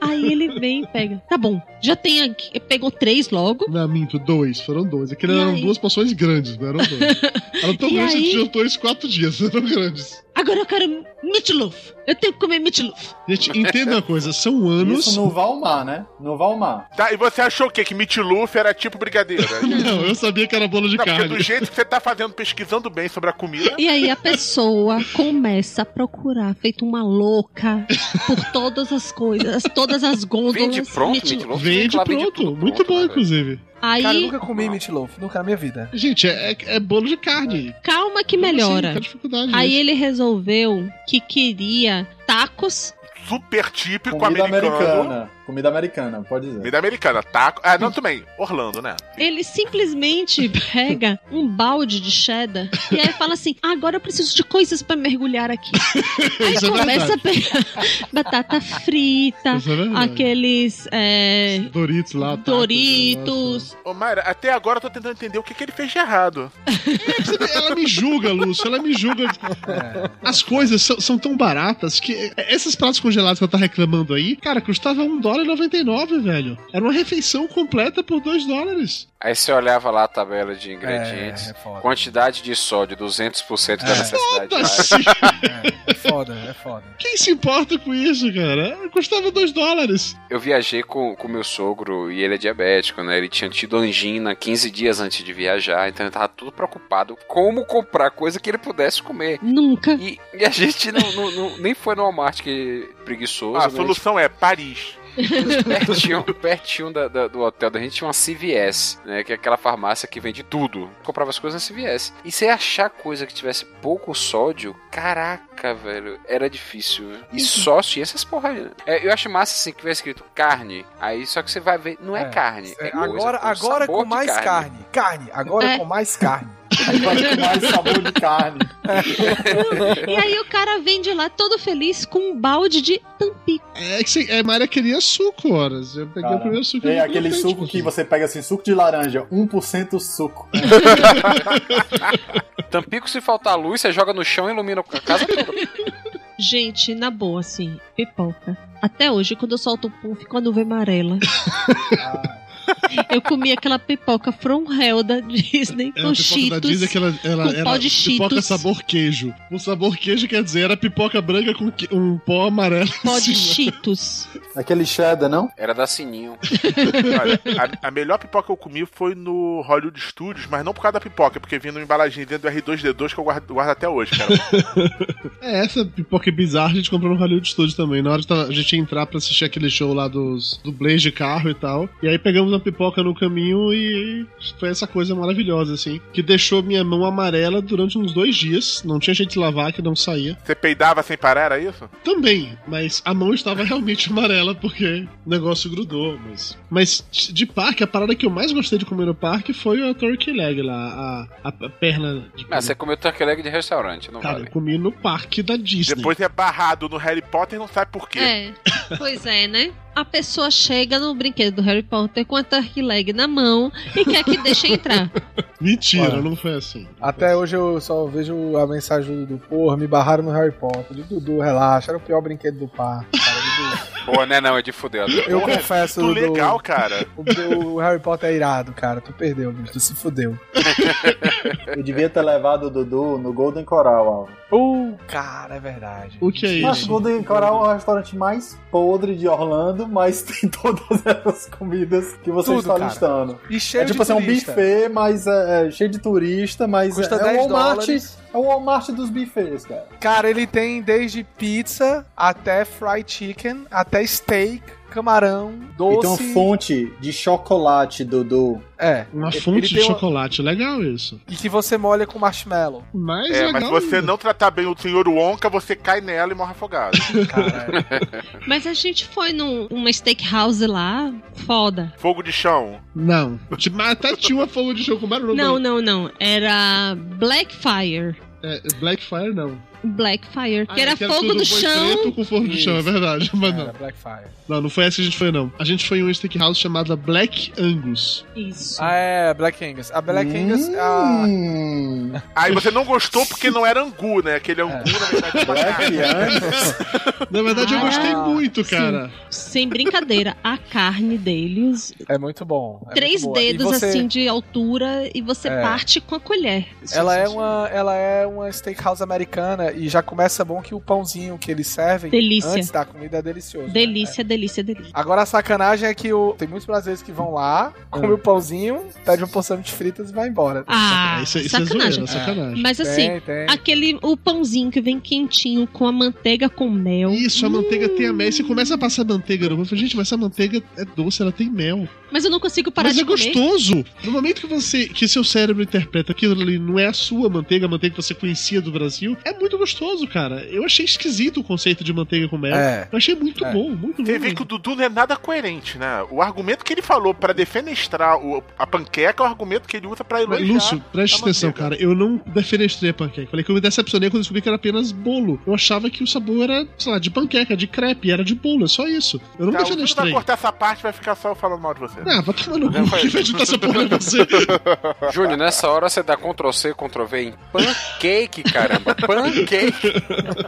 S4: Aí ele vem e pega. Tá bom, já tem aqui. Pegou três logo.
S1: Não, minto, dois. Foram dois. Aqueles
S4: E
S1: eram
S4: aí?
S1: duas porções grandes, não eram dois. eram tão
S4: E
S1: grandes
S4: aí?
S1: que jantou eles quatro dias. Eram grandes.
S4: Agora eu quero meatloaf. Eu tenho que comer meatloaf.
S1: Gente, entenda uma coisa. São anos...
S5: Isso no Valmar, né? No Valmar.
S3: Tá, e você achou o quê? Que Mitiluf era tipo brigadeiro?
S1: Não, eu sabia que era bolo de
S3: não,
S1: carne.
S3: Porque do jeito que você tá fazendo, pesquisando bem sobre a comida.
S4: E aí a pessoa começa a procurar, feito uma louca, por todas as coisas, todas as gôndolas.
S2: Vende pronto,
S4: meatloaf.
S2: meatloaf?
S1: Vende
S2: Lá vende
S1: pronto.
S2: tudo
S1: Muito
S5: né,
S1: bom, inclusive.
S4: Aí,
S11: Cara, eu nunca comi meatloaf, nunca na minha vida.
S1: Gente, é, é bolo de carne.
S4: calma que
S1: Como assim?
S4: melhora.
S1: Qual a dificuldade
S4: aí
S1: disso?
S4: ele resolveu que queria tacos.
S3: Super típico
S5: Comida
S3: americano.
S5: americana. Comida americana, pode dizer.
S3: Comida americana, taco. Ah, não, também. Orlando, né?
S4: Ele simplesmente pega um balde de cheddar e aí fala assim: agora eu preciso de coisas pra mergulhar aqui. Aí
S1: Isso é
S4: começa
S1: verdade.
S4: a pegar batata frita,
S1: Isso é verdade.
S4: aqueles é,
S1: Doritos lá. tacos,
S4: Doritos.
S3: Ô, Mayra, até agora eu tô tentando entender o que, que ele fez de errado.
S1: Ela- É, Ela me julga, Lúcio, ela me julga. As coisas são, são tão baratas que é, esses pratos congelados que ela tá reclamando aí, cara, custava 1 dólar e 99, velho. Era uma refeição completa por 2 dólares.
S2: Aí você olhava lá a tabela de
S1: É,
S2: ingredientes, quantidade de sódio, 200% da necessidade.
S1: Foda-se.
S11: É foda, é foda.
S1: Quem se importa com isso, cara? Custava 2 dólares.
S2: Eu viajei com o meu sogro e ele é diabético, né? Ele tinha tido angina 15 dias antes de viajar, então ele tava tudo preocupado como comprar coisa que ele pudesse comer.
S4: Nunca.
S2: E, e a gente não, não- não- nem foi no Walmart que preguiçoso.
S3: Ah, a
S2: né?
S3: solução é Paris.
S2: pertinho, pertinho um, da- da- do hotel da gente tinha uma CVS, né? Que é aquela farmácia que vende tudo. Comprava as coisas na CVS. E se achar coisa que tivesse pouco sódio, caraca, velho, era difícil. né?
S11: Uhum.
S2: E só tinha essas porra aí, né? É, eu acho massa assim que tiver escrito carne. Aí só que você vai ver, não é, carne.
S11: É,
S2: é coisa,
S11: agora
S2: tem um
S11: agora
S2: sabor
S11: com
S2: de
S11: mais carne. carne. agora
S4: É.
S11: com mais carne.
S5: Agora com mais sabor de carne.
S4: E aí o cara vende lá todo feliz com um balde de tampico.
S1: É que você, é, Maria queria suco, horas. Eu peguei o
S5: Cara,
S1: primeiro suco.
S5: é
S1: eu
S5: aquele
S1: falei,
S5: suco que você pega assim, suco de laranja, 1% suco.
S2: Tampico, se faltar luz, você joga no chão e ilumina a casa toda.
S4: Gente, na boa, assim, pipoca. Até hoje, quando eu solto o pum, fica uma nuvem amarela. Eu comi aquela pipoca From Hell da Disney
S1: É
S4: com
S1: uma pipoca da
S4: Cheetos.
S1: Disney que ela, ela
S4: com
S1: era
S4: pó de
S1: pipoca
S4: Cheetos.
S1: sabor queijo. O sabor queijo quer dizer era pipoca branca com que- um pó amarelo.
S4: Pó de
S1: em cima.
S4: Cheetos.
S5: Aquele cheddar, não?
S2: Era da Sininho.
S3: Olha, a, a melhor pipoca que eu comi foi no Hollywood Studios, mas não por causa da pipoca, porque vinha numa embaladinha dentro do R2D2 que eu guardo, guardo até hoje, cara.
S1: É, essa pipoca bizarra a gente comprou no Hollywood Studios também. Na hora que tava- a gente ia entrar pra assistir aquele show lá dos dublês de carro e tal. E aí pegamos uma pipoca no caminho e foi essa coisa maravilhosa, assim. Que deixou minha mão amarela durante uns dois dias. Não tinha jeito de lavar, que não saía.
S3: Você peidava sem parar, era isso?
S1: Também, mas a mão estava realmente amarela porque o negócio grudou, mas... Mas de parque, a parada que eu mais gostei de comer no parque foi a turkey leg lá. A, a perna de...
S2: Mas Ah, você comeu turkey leg de restaurante,
S11: Tá.
S2: não
S1: Cara,
S2: vale.
S1: eu comi no parque da Disney.
S3: Depois é barrado no Harry Potter e não sabe por quê.
S4: É, pois é, né? A pessoa chega no brinquedo do Harry Potter com a turkey leg na mão e quer que deixe entrar.
S1: Mentira,
S11: Olha.
S1: não foi assim.
S6: Ah,
S11: Até hoje eu só vejo a mensagem do porra, me barraram no Harry Potter. De Dudu, relaxa, era o pior brinquedo do parque.
S2: Pô, né? Não, é de fuder.
S11: Eu
S2: Porra,
S11: confesso.
S3: tu
S11: Dudu,
S3: legal, cara.
S11: O, o Harry Potter é irado, cara. Tu perdeu, bicho. Tu se fudeu.
S5: Eu devia ter levado o Dudu no Golden Coral, Alvo.
S11: Uh, cara, é verdade.
S1: O que é
S5: Mas o
S1: isso?
S5: Golden Coral é o restaurante mais podre de Orlando, mas tem todas essas comidas que você
S11: Tudo,
S5: está
S11: cara.
S5: listando.
S11: E cheio
S5: é tipo
S11: de
S5: assim,
S11: turista.
S5: um buffet, mas é, é cheio de turista, mas
S11: Custa
S5: é,
S11: 10
S5: o Walmart,
S11: dólares.
S5: é o Walmart dos buffets, cara.
S11: Cara, ele tem desde pizza até fried chicken, até steak, camarão,
S1: um
S11: doce.
S5: Então, fonte de chocolate, Dudu.
S11: É.
S1: Uma
S11: Ele
S1: fonte
S11: tem
S1: de
S11: uma-
S1: chocolate, legal isso.
S11: E que você molha com marshmallow.
S1: Mas
S3: É, mas você não tratar bem o senhor Wonka, você cai nela e morre afogado.
S11: é,
S4: Mas a gente foi num, numa steakhouse lá, foda.
S3: Fogo de chão.
S1: Não. Ti- Mas até tinha uma fogo de chocolate.
S4: Não, não, não. Era Blackfire.
S1: É, Blackfire não.
S4: Blackfire, que
S1: Ah,
S4: era fogo
S1: tudo
S4: do
S1: boi
S4: chão.
S1: preto com fogo do chão, é verdade. Mas não.
S11: Blackfire.
S1: Não, não foi essa que a gente foi, não. A gente foi em um steakhouse chamada Black Angus.
S4: Isso.
S11: Ah, é, Black Angus. A Black
S1: Hum.
S11: Angus.
S5: Ah.
S11: A... Hum.
S3: Aí você não gostou porque não era angu, né? Aquele angu, na verdade, é uma carne.
S1: Na verdade, eu
S4: Cara,
S1: gostei muito,
S4: Ah, sim.
S1: cara.
S4: Sem brincadeira, a carne deles.
S11: É muito bom. é
S4: três
S11: muito boa. E
S4: dedos
S11: você-
S4: assim tipo, de altura e você
S11: É.
S4: parte com a colher.
S11: Ela é, uma, ela é uma steakhouse americana e já começa bom que o pãozinho que eles servem
S4: Delícia.
S11: antes da comida é delicioso. né?
S4: Delícia, delícia, delícia.
S11: Agora a sacanagem é que o... tem muitos brasileiros que vão lá, comem
S1: Hum.
S11: o pãozinho, pede uma porção de fritas e vai embora.
S1: É,
S4: Ah, sacanagem. Mas assim,
S11: Tem, tem.
S4: aquele o pãozinho que vem quentinho com a manteiga com mel.
S1: Então, Isso, a manteiga tem a mel. E você começa a passar manteiga no pão, eu falei, gente, mas essa manteiga é doce, ela tem mel.
S4: Mas eu não consigo parar
S1: mas
S4: de
S1: é
S4: comer.
S1: gostoso. No momento que você, que seu cérebro interpreta aquilo ali não é a sua manteiga, a manteiga que você conhecia do Brasil, é muito gostoso, cara. Eu achei esquisito o conceito de manteiga com mel.
S3: É.
S1: Eu achei muito
S3: É.
S1: bom, muito
S3: Você
S1: bom.
S3: vê que o Dudu não é nada coerente, né? O argumento que ele falou pra defenestrar o- a panqueca é o argumento que ele usa pra
S1: Mas,
S3: elogiar.
S1: Lúcio, preste
S3: Tá
S1: atenção, cara. Eu não defenestrei a panqueca. Falei que eu me decepcionei quando descobri que era apenas bolo. Eu achava que o sabor era, sei lá, de panqueca, de crepe, era de bolo, é só isso. Eu não
S3: Tá, o Dudu vai
S1: defenestrei.
S3: cortar essa parte e vai ficar só eu falando mal de você.
S1: Ah, vai tomar no
S3: Não,
S1: cu,
S3: foi-
S1: que vai editar essa porra pra você.
S2: Júnior, nessa hora você dá Ctrl C, Ctrl V em pancake, caramba.
S3: tá
S2: Pancake.
S3: um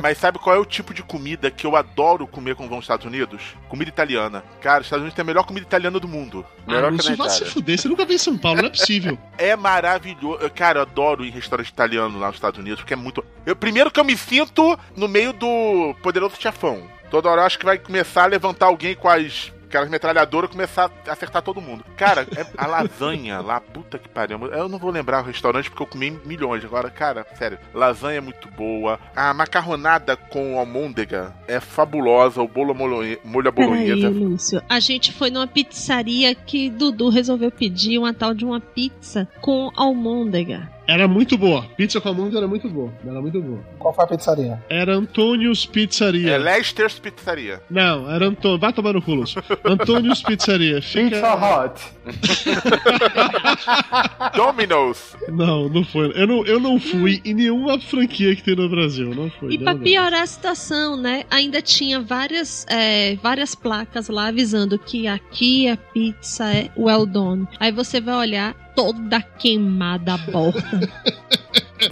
S3: Mas sabe qual é o tipo de comida que eu adoro comer quando vou aos Estados Unidos? Comida italiana. Cara, os Estados Unidos tem a melhor comida italiana do mundo.
S1: Ah, Lúcio, vá se fuder, você nunca veio em São Paulo, não é possível.
S3: É maravilhoso. Eu, Cara, eu adoro ir em restaurante italiano lá nos Estados Unidos, porque é muito. Eu, primeiro que eu me sinto no meio do poderoso chefão. Toda hora eu acho que vai começar a levantar alguém com as. Aquelas metralhadoras e começar a acertar todo mundo. Cara, é- a lasanha lá, puta que pariu. Eu não vou lembrar o restaurante porque eu comi milhões. Agora, cara, sério, lasanha é muito boa. A macarronada com almôndega é fabulosa. O bolo à molho, molho à
S4: Peraí,
S3: bolonhesa é
S4: Lúcio. A gente foi numa pizzaria que Dudu resolveu pedir uma tal de uma pizza com almôndega.
S1: Era muito boa. Pizza com almôndega era muito boa. Era muito boa.
S11: Qual foi a pizzaria?
S1: Era Antônio's Pizzaria.
S3: É Lester's Pizzaria.
S1: Não, era Antônio. Vai tomar no cu, Lúcio. Antônio's Pizzaria. Fica...
S5: é?
S3: Pizza Hut. Domino's.
S1: Não, não foi. Eu não, eu não fui em nenhuma franquia que tem no Brasil. Não fui.
S4: E
S1: não,
S4: pra
S1: não.
S4: piorar a situação, né? Ainda tinha várias, é, várias placas lá avisando que aqui a pizza é well done. Aí você vai olhar toda queimada a borda.
S6: Tá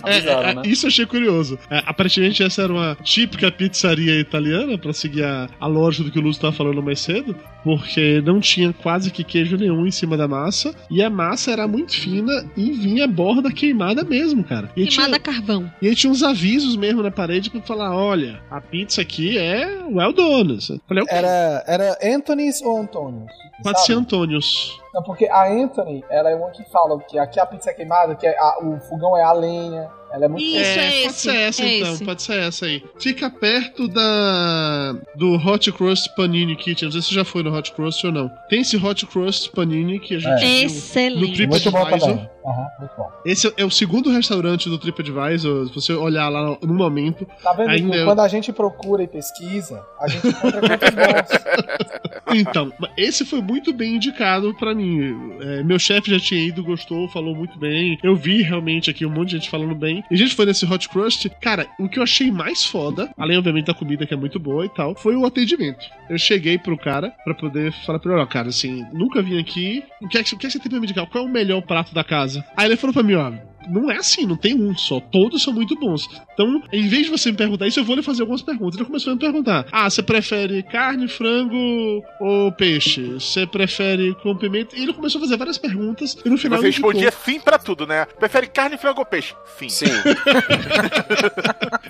S1: É, é,
S6: né?
S1: é, Isso eu achei curioso. É, aparentemente essa era uma típica pizzaria italiana, pra seguir a, a lógica do que o Lúcio tava falando mais cedo, porque não tinha quase que queijo nenhum em cima da massa, e a massa era muito fina e vinha a borda queimada mesmo, cara. E
S4: queimada a
S1: tinha,
S4: carvão.
S1: e aí tinha uns avisos mesmo na parede pra falar, olha, a pizza aqui é well done. Eu Falei, ok,
S11: Era, era Anthony's ou Antônio?
S1: pode ser um- Antônios.
S11: Não, porque a Anthony,
S6: Ela é uma que fala que aqui a pizza é queimada, que a- o fogão é a lenha. Ela é muito
S1: pode ser essa então, pode ser essa aí. Fica perto da do Hot Crust Panini Kitchen. Não sei se você já foi no Hot Crust ou não. Tem esse Hot Crust Panini que a gente
S4: É.
S1: viu no
S4: Excelente.
S6: Muito bom
S1: TripAdvisor.
S6: também. Aham, muito bom.
S1: Esse é o segundo restaurante do TripAdvisor. Se você olhar lá no momento,
S6: Tá vendo?
S1: ainda é-
S6: Quando a gente procura e pesquisa, a gente encontra muitos bons.
S1: Então, esse foi muito bem indicado pra mim. É, meu chefe já tinha ido, gostou, falou muito bem. Eu vi realmente aqui um monte de gente falando bem. E a gente foi nesse Hot Crust. Cara, o que eu achei mais foda, além obviamente da comida que é muito boa e tal, foi o atendimento. Eu cheguei pro cara pra poder falar pra ele: ó, cara, assim, nunca vim aqui. O que, é que, o que é que você tem pra me indicar? Qual é o melhor prato da casa? Aí ele falou pra mim: ó, não é assim, não tem um só. Todos são muito bons. Então, em vez de você me perguntar isso, eu vou lhe fazer algumas perguntas. Ele começou a me perguntar: Ah, você prefere carne, frango ou peixe? Você prefere com pimenta? E ele começou a fazer várias perguntas e no
S3: E
S1: final.
S3: você
S1: ele indicou.
S3: respondia sim pra tudo, né? Prefere carne, frango ou peixe? Sim.
S2: Sim.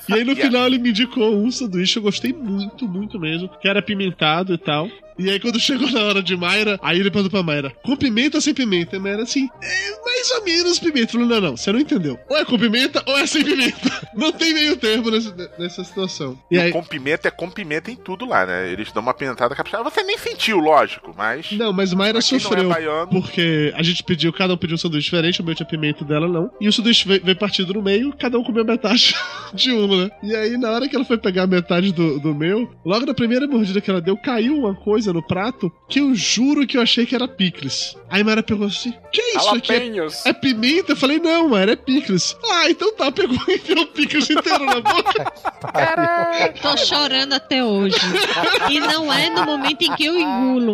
S1: E aí no final ele me indicou um sanduíche, eu gostei muito, muito mesmo, que era pimentado e tal. E aí quando chegou na hora de Mayra, aí ele perguntou pra Mayra, com pimenta ou sem pimenta? E Mayra assim, é mais ou menos pimenta. Falou, não, não, você não entendeu. Ou é com pimenta ou é sem pimenta. Não tem meio termo nesse- nessa situação.
S3: E, o com pimenta é com pimenta em tudo lá, né? Eles dão uma pimentada capixaba. Você nem sentiu, lógico, mas.
S1: Não, mas Mayra
S3: Pra quem não é
S1: sofreu.
S3: baiano-
S1: porque a gente pediu, cada um pediu um sanduíche diferente, o meu tinha pimenta o dela não. E o sanduíche veio, veio partido no meio, cada um comeu metade de uma, né? E aí, na hora que ela foi pegar a metade do, do meu, logo na primeira mordida que ela deu, caiu uma coisa no prato que eu juro que eu achei que era picles. Aí Mayra pegou assim: Que é isso
S2: Jalapeños.
S1: aqui? É, é pimenta? Eu falei: Não, Mayra, é picles. Ah, então tá, pegou e enfiou o picles inteiro na boca.
S4: Tô chorando até hoje. E não é no momento em que eu engulo.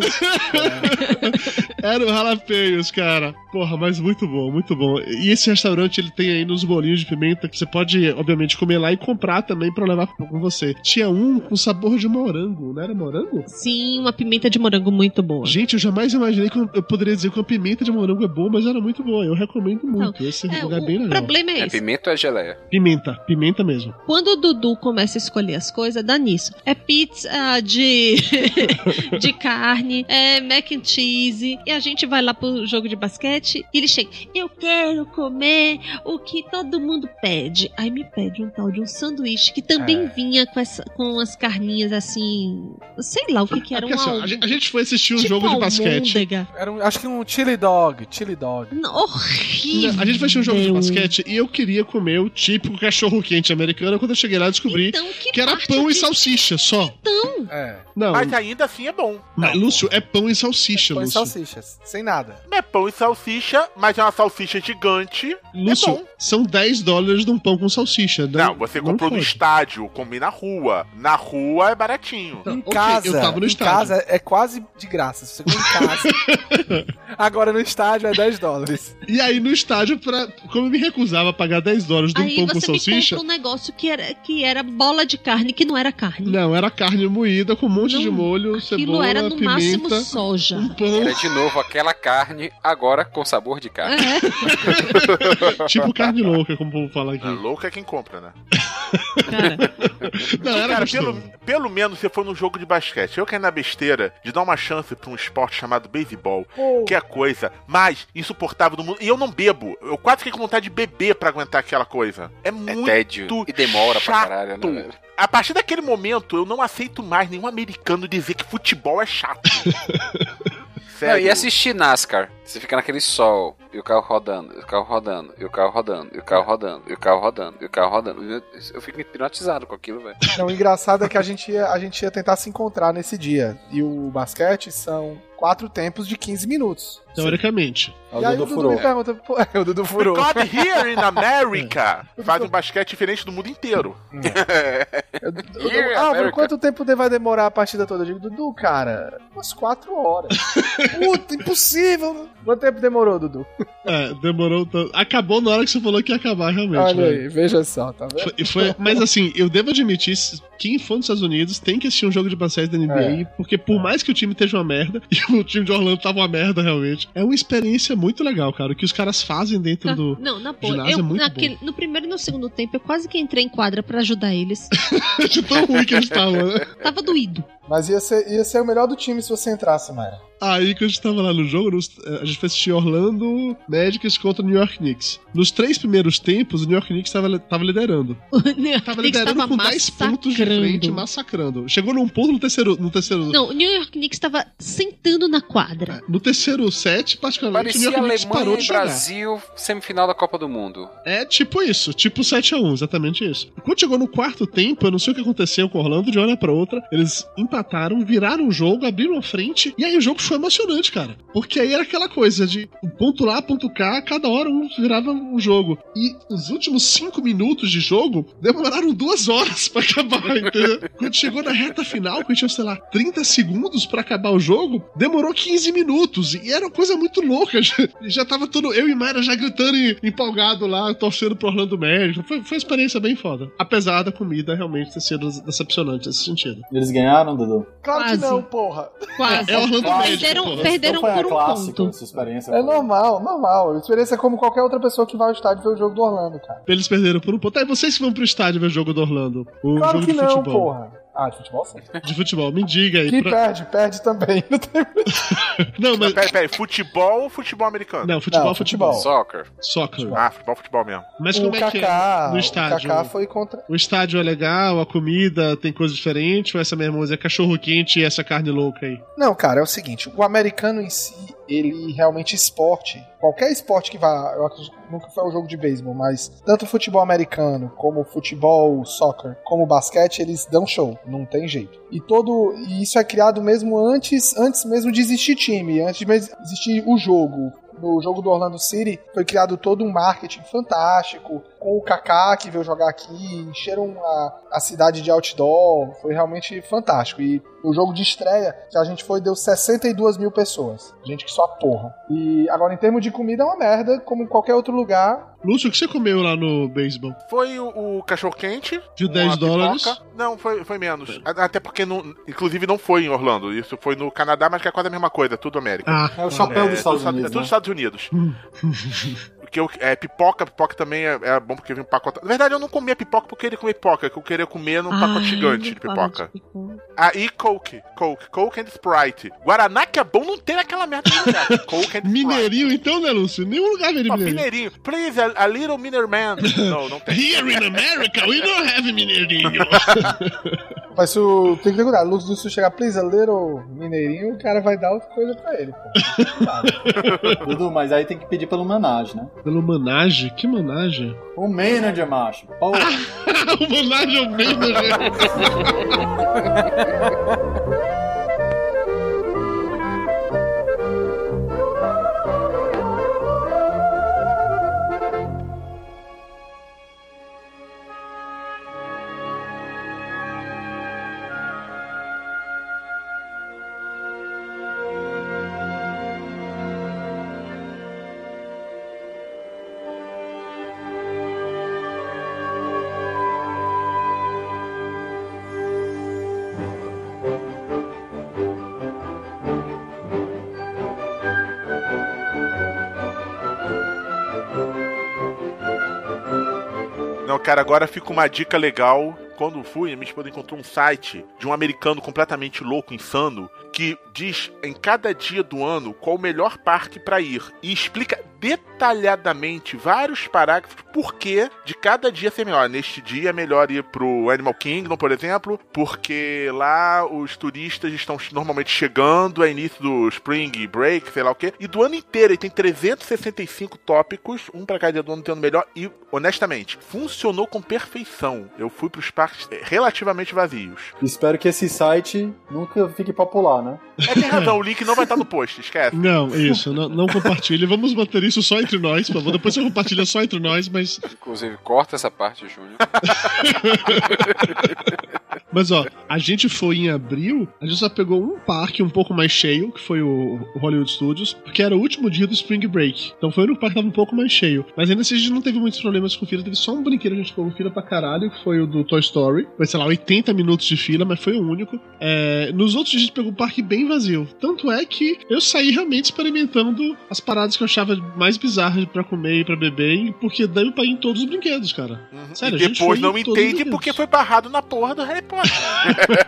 S1: Era o Jalapeños, cara. Porra, mas muito bom, muito bom. E esse restaurante, ele tem aí nos bolinhos de pimenta que você pode, obviamente, comer lá e comprar também pra levar com você. Tinha um com sabor de morango, não era morango?
S4: Sim, uma pimenta de morango muito boa.
S1: Gente, eu jamais imaginei que eu eu poderia dizer que uma pimenta de morango é boa, mas era muito boa. Eu recomendo muito. esse lugar é bem legal.
S4: problema é
S2: É
S4: esse.
S2: pimenta ou é geleia?
S1: Pimenta, pimenta mesmo.
S4: Quando o Dudu começa a escolher as coisas, dá nisso. É pizza ah, de, de carne, é mac and cheese. E a gente vai lá pro jogo de basquete e ele chega. Eu quero comer o que todo mundo pede. Aí me pede um tal de um sanduíche que também
S1: É.
S4: vinha com, essa, com as carninhas assim. Sei lá o que, que era.
S1: Porque,
S4: uma
S1: assim, ó, a gente- a gente foi assistir um
S4: tipo
S1: jogo de basquete.
S4: almôndega.
S11: Era um- acho que um chili dog, chili dog.
S4: Horrível.
S1: A gente vai assistir um jogo de basquete e eu queria comer o típico cachorro quente americano. Quando eu cheguei lá, eu descobri que, era pão e salsicha só.
S4: Então.
S11: É.
S1: Não.
S3: Mas ainda assim é bom.
S1: Mas, Lúcio, é pão e salsicha,
S11: Põe
S1: Lúcio.
S11: salsichas, sem nada.
S3: É pão e salsicha, mas é uma salsicha gigante.
S1: Lúcio,
S3: é bom.
S1: são 10 dólares num pão com salsicha. né?
S3: Não, você comprou no estádio, comi na rua. Na rua é baratinho.
S11: Em casa,
S1: eu tava no
S11: em
S1: estádio.
S11: casa é quase de graça. Se você comer em casa. Agora no estádio é 10 dólares.
S1: E aí no estádio, pra... como eu me recusava a pagar 10 dólares de um
S4: Aí
S1: pão com
S4: você me
S1: salsicha.
S4: compra um negócio que era, que era bola de carne, que não era carne.
S1: Não, era carne moída com um monte de
S4: Não,
S1: molho,
S4: Aquilo
S1: cebola,
S4: era no
S1: pimenta.
S4: máximo soja.
S2: Era de novo aquela carne, agora com sabor de carne.
S4: É.
S1: tipo carne louca, como o povo fala aqui.
S3: Louco é quem compra, né?
S1: Não, era
S3: Cara,
S1: gostoso.
S3: pelo, pelo menos você foi num jogo de basquete. Eu caí na besteira de dar uma chance pra um esporte chamado beisebol,
S11: Oh.
S3: que é a coisa mais insuportável do mundo. E eu não bebo. Eu quase fiquei com vontade de beber pra aguentar aquela coisa. É muito
S2: tédio. E demora pra
S3: chato.
S2: caralho, né, velho?
S3: A partir daquele momento, eu não aceito mais nenhum americano dizer que futebol é chato.
S2: Não,
S3: Sério.
S2: e assistir NASCAR. Você fica naquele sol, e o carro rodando, e o carro rodando, e o carro rodando, e o carro rodando, e o carro rodando, e o carro rodando. Eu- Eu fico hipnotizado com aquilo, velho.
S11: Não, o engraçado é que a gente, ia, a gente ia tentar se encontrar nesse dia. E o basquete são quatro tempos de 15 minutos.
S1: Então, Teoricamente.
S5: Ah,
S11: e aí É o Dudu me pergunta, pô, é, o Dudu furou.
S3: Because here in America faz um basquete diferente do mundo inteiro.
S11: Eu- eu- ah, por quanto tempo de- vai demorar a partida toda? Eu digo, Dudu, cara, umas quatro horas. Puta, impossível. Quanto tempo demorou, Dudu?
S1: É, demorou tanto. Acabou na hora que você falou que ia acabar, realmente. né?
S11: Olha
S1: velho.
S11: aí, veja só, tá vendo?
S1: E foi- mas assim, eu devo admitir, se- quem for nos Estados Unidos tem que assistir um jogo de basquete da
S2: É.
S1: NBA, porque por mais que o time esteja uma merda, e o time de Orlando tava uma merda realmente, é uma experiência muito legal, cara. O que os caras fazem dentro do.
S4: Não, na boa.
S1: ginásio
S4: Eu,
S1: é muito
S4: naquele- no primeiro e no segundo tempo, eu quase que entrei em quadra pra ajudar eles.
S1: de tão ruim que eles estavam, né?
S4: Tava doído.
S11: Mas ia ser, ia ser o melhor do time se você entrasse, Mayra.
S1: Aí que a gente tava lá no jogo, nos- eh, a gente foi assistir Orlando Magic contra New York Knicks. Nos três primeiros tempos, o New York Knicks tava, tava liderando. Tava liderando com 10 pontos de frente, massacrando. Chegou num ponto no terceiro. No terceiro, É,
S4: Não, o New York Knicks tava sentando na quadra.
S1: no terceiro set, particularmente, o New
S2: Parecia
S1: York Knicks
S2: Alemanha
S1: parou de
S2: e
S1: jogar.
S2: Brasil, semifinal da Copa do Mundo.
S1: É tipo isso, tipo 7x1, exatamente isso. Quando chegou no quarto tempo, eu não sei o que aconteceu com o Orlando, de uma hora pra outra, eles empataram, viraram o jogo, abriram a frente, e aí o jogo foi emocionante, cara. Porque aí era aquela coisa de um ponto lá, ponto cá, cada hora um virava um jogo. E os últimos cinco minutos de jogo demoraram duas horas pra acabar, entendeu? Quando chegou na reta final, que tinha, sei lá, 30 segundos pra acabar o jogo, demorou 15 minutos. E era uma coisa muito louca. Já, já tava todo eu e Mayra já gritando e empolgado lá, torcendo pro Orlando Magic. Foi, foi uma experiência bem foda. Apesar da comida realmente ter sido decepcionante nesse sentido.
S5: Eles ganharam, Dudu?
S11: Claro que
S1: Quase.
S11: não, porra.
S1: É Orlando Magic,
S9: Perderam- perderam
S5: então foi
S9: por
S5: a
S9: um
S5: clássica,
S9: ponto.
S5: Essa experiência
S6: É normal, normal. Experiência é como qualquer outra pessoa que vai ao estádio ver o jogo do Orlando, cara.
S1: Eles perderam por um ponto. Tá, e vocês que vão pro estádio ver o jogo do Orlando? O
S6: Claro
S1: Um jogo
S6: que
S1: de
S6: não,
S1: futebol.
S6: porra. Ah, de futebol sim.
S1: De futebol, me diga aí.
S6: Que
S1: pra-
S6: perde, perde também. Não tem
S1: Não, mas.
S3: Peraí, peraí, futebol ou futebol americano?
S1: Não, futebol, Não, futebol. futebol.
S3: Soccer.
S1: Soccer.
S3: Ah, futebol, futebol mesmo.
S1: Mas
S6: o
S1: como é que
S6: Kaká-
S1: é no estádio?
S6: O Kaká foi contra.
S1: O estádio é legal, a comida tem coisa diferente, ou essa mesma coisa é cachorro quente e essa carne louca aí?
S6: Não, cara, é o seguinte: o americano em si, ele realmente é esporte. Qualquer esporte que vá. Eu acredito que nunca foi um jogo de beisebol, mas tanto o futebol americano, como o futebol, o soccer, como o basquete, eles dão show. Não tem jeito. E todo. E isso é criado mesmo antes, antes mesmo de existir time, antes de mes- existir o jogo. no jogo do Orlando City, foi criado todo um marketing fantástico, com o Kaká que veio jogar aqui, encheram a, a cidade de outdoor, foi realmente fantástico. E o jogo de estreia que a gente foi deu 62 mil pessoas. Gente que só porra. E agora, em termos de comida, é uma merda, como em qualquer outro lugar.
S1: Lúcio, o que você comeu lá no beisebol?
S3: Foi o, o cachorro-quente.
S1: De 10
S3: uma
S1: dólares.
S3: pipoca. Não, foi, foi menos. A- Até porque, não, inclusive, não foi em Orlando. Isso foi no Canadá, mas que é quase a mesma coisa. Tudo América.
S1: Ah. É o chapéu dos Estados
S3: tudo-
S1: Unidos,
S3: É tudo
S1: né?
S3: Estados Unidos. Porque eu, é, pipoca, pipoca também é, é bom porque vem um pacote. Na verdade, eu não comia pipoca porque eu queria comer pipoca. que Eu queria comer
S5: É um
S4: Ah,
S3: num pacote
S4: é
S3: gigante de pipoca. Ah, e Coke. Coke. Coke and Sprite. Guaraná que é bom não ter aquela merda de lugar. Coke and
S1: Mineirinho então, né, Lúcio? Nenhum lugar vende
S3: Ó,
S1: mineirinho.
S3: Mineirinho. Please, a, a little Miner Man. Não, não tem.
S1: Here in America, we don't have mineirinho.
S6: Mas se o, tem que ter cuidado. Lúcio se chegar, please, a little mineirinho, o cara vai dar outra coisa pra ele. Pô.
S5: Dudu, mas aí tem que pedir pelo Manage, né?
S1: Pelo Manage? Que Manage?
S5: O manager, macho. Pô,
S1: o Manage é o
S5: manager.
S3: Não, cara, agora fica uma dica legal. Quando fui, a minha esposa encontrou um site de um americano completamente louco, insano, que diz em cada dia do ano qual o melhor parque pra ir e explica detalhadamente vários parágrafos por que de cada dia ser melhor. Neste dia é melhor ir pro Animal Kingdom, por exemplo, porque lá os turistas estão normalmente chegando, é início do Spring Break, sei lá o quê. E do ano inteiro ele tem 365 tópicos, um pra cada dia do ano tendo melhor e honestamente, funcionou com perfeição. Eu fui pros parques eh, relativamente vazios.
S5: Espero que esse site nunca fique popular, né?
S3: É, tem razão, o link não vai estar no post, esquece.
S1: Não, isso, não, não compartilhe. Vamos manter isso só entre nós, por favor. Depois você compartilha só entre nós, mas.
S2: Inclusive, corta essa parte, Júnior.
S1: Mas ó, a gente foi em abril, a gente só pegou um parque um pouco mais cheio, que foi o Hollywood Studios, porque era o último dia do Spring Break. Então foi o único parque que tava um pouco mais cheio. Mas ainda assim a gente não teve muitos problemas com fila, teve só um brinquedo que a gente ficou com fila pra caralho, que foi o do Toy Story. Foi, sei lá, 80 minutos de fila, mas foi o único. É, nos outros dias a gente pegou um parque bem vazio. Tanto é que eu saí realmente experimentando as paradas que eu achava mais bizarras pra comer e pra beber, e- porque daí eu paguei em todos os brinquedos, cara. Sério, a
S3: e
S1: gente foi
S3: depois
S1: em
S3: não
S1: todos os
S3: entende
S1: brinquedos.
S3: porque foi barrado na porra do Harry Potter.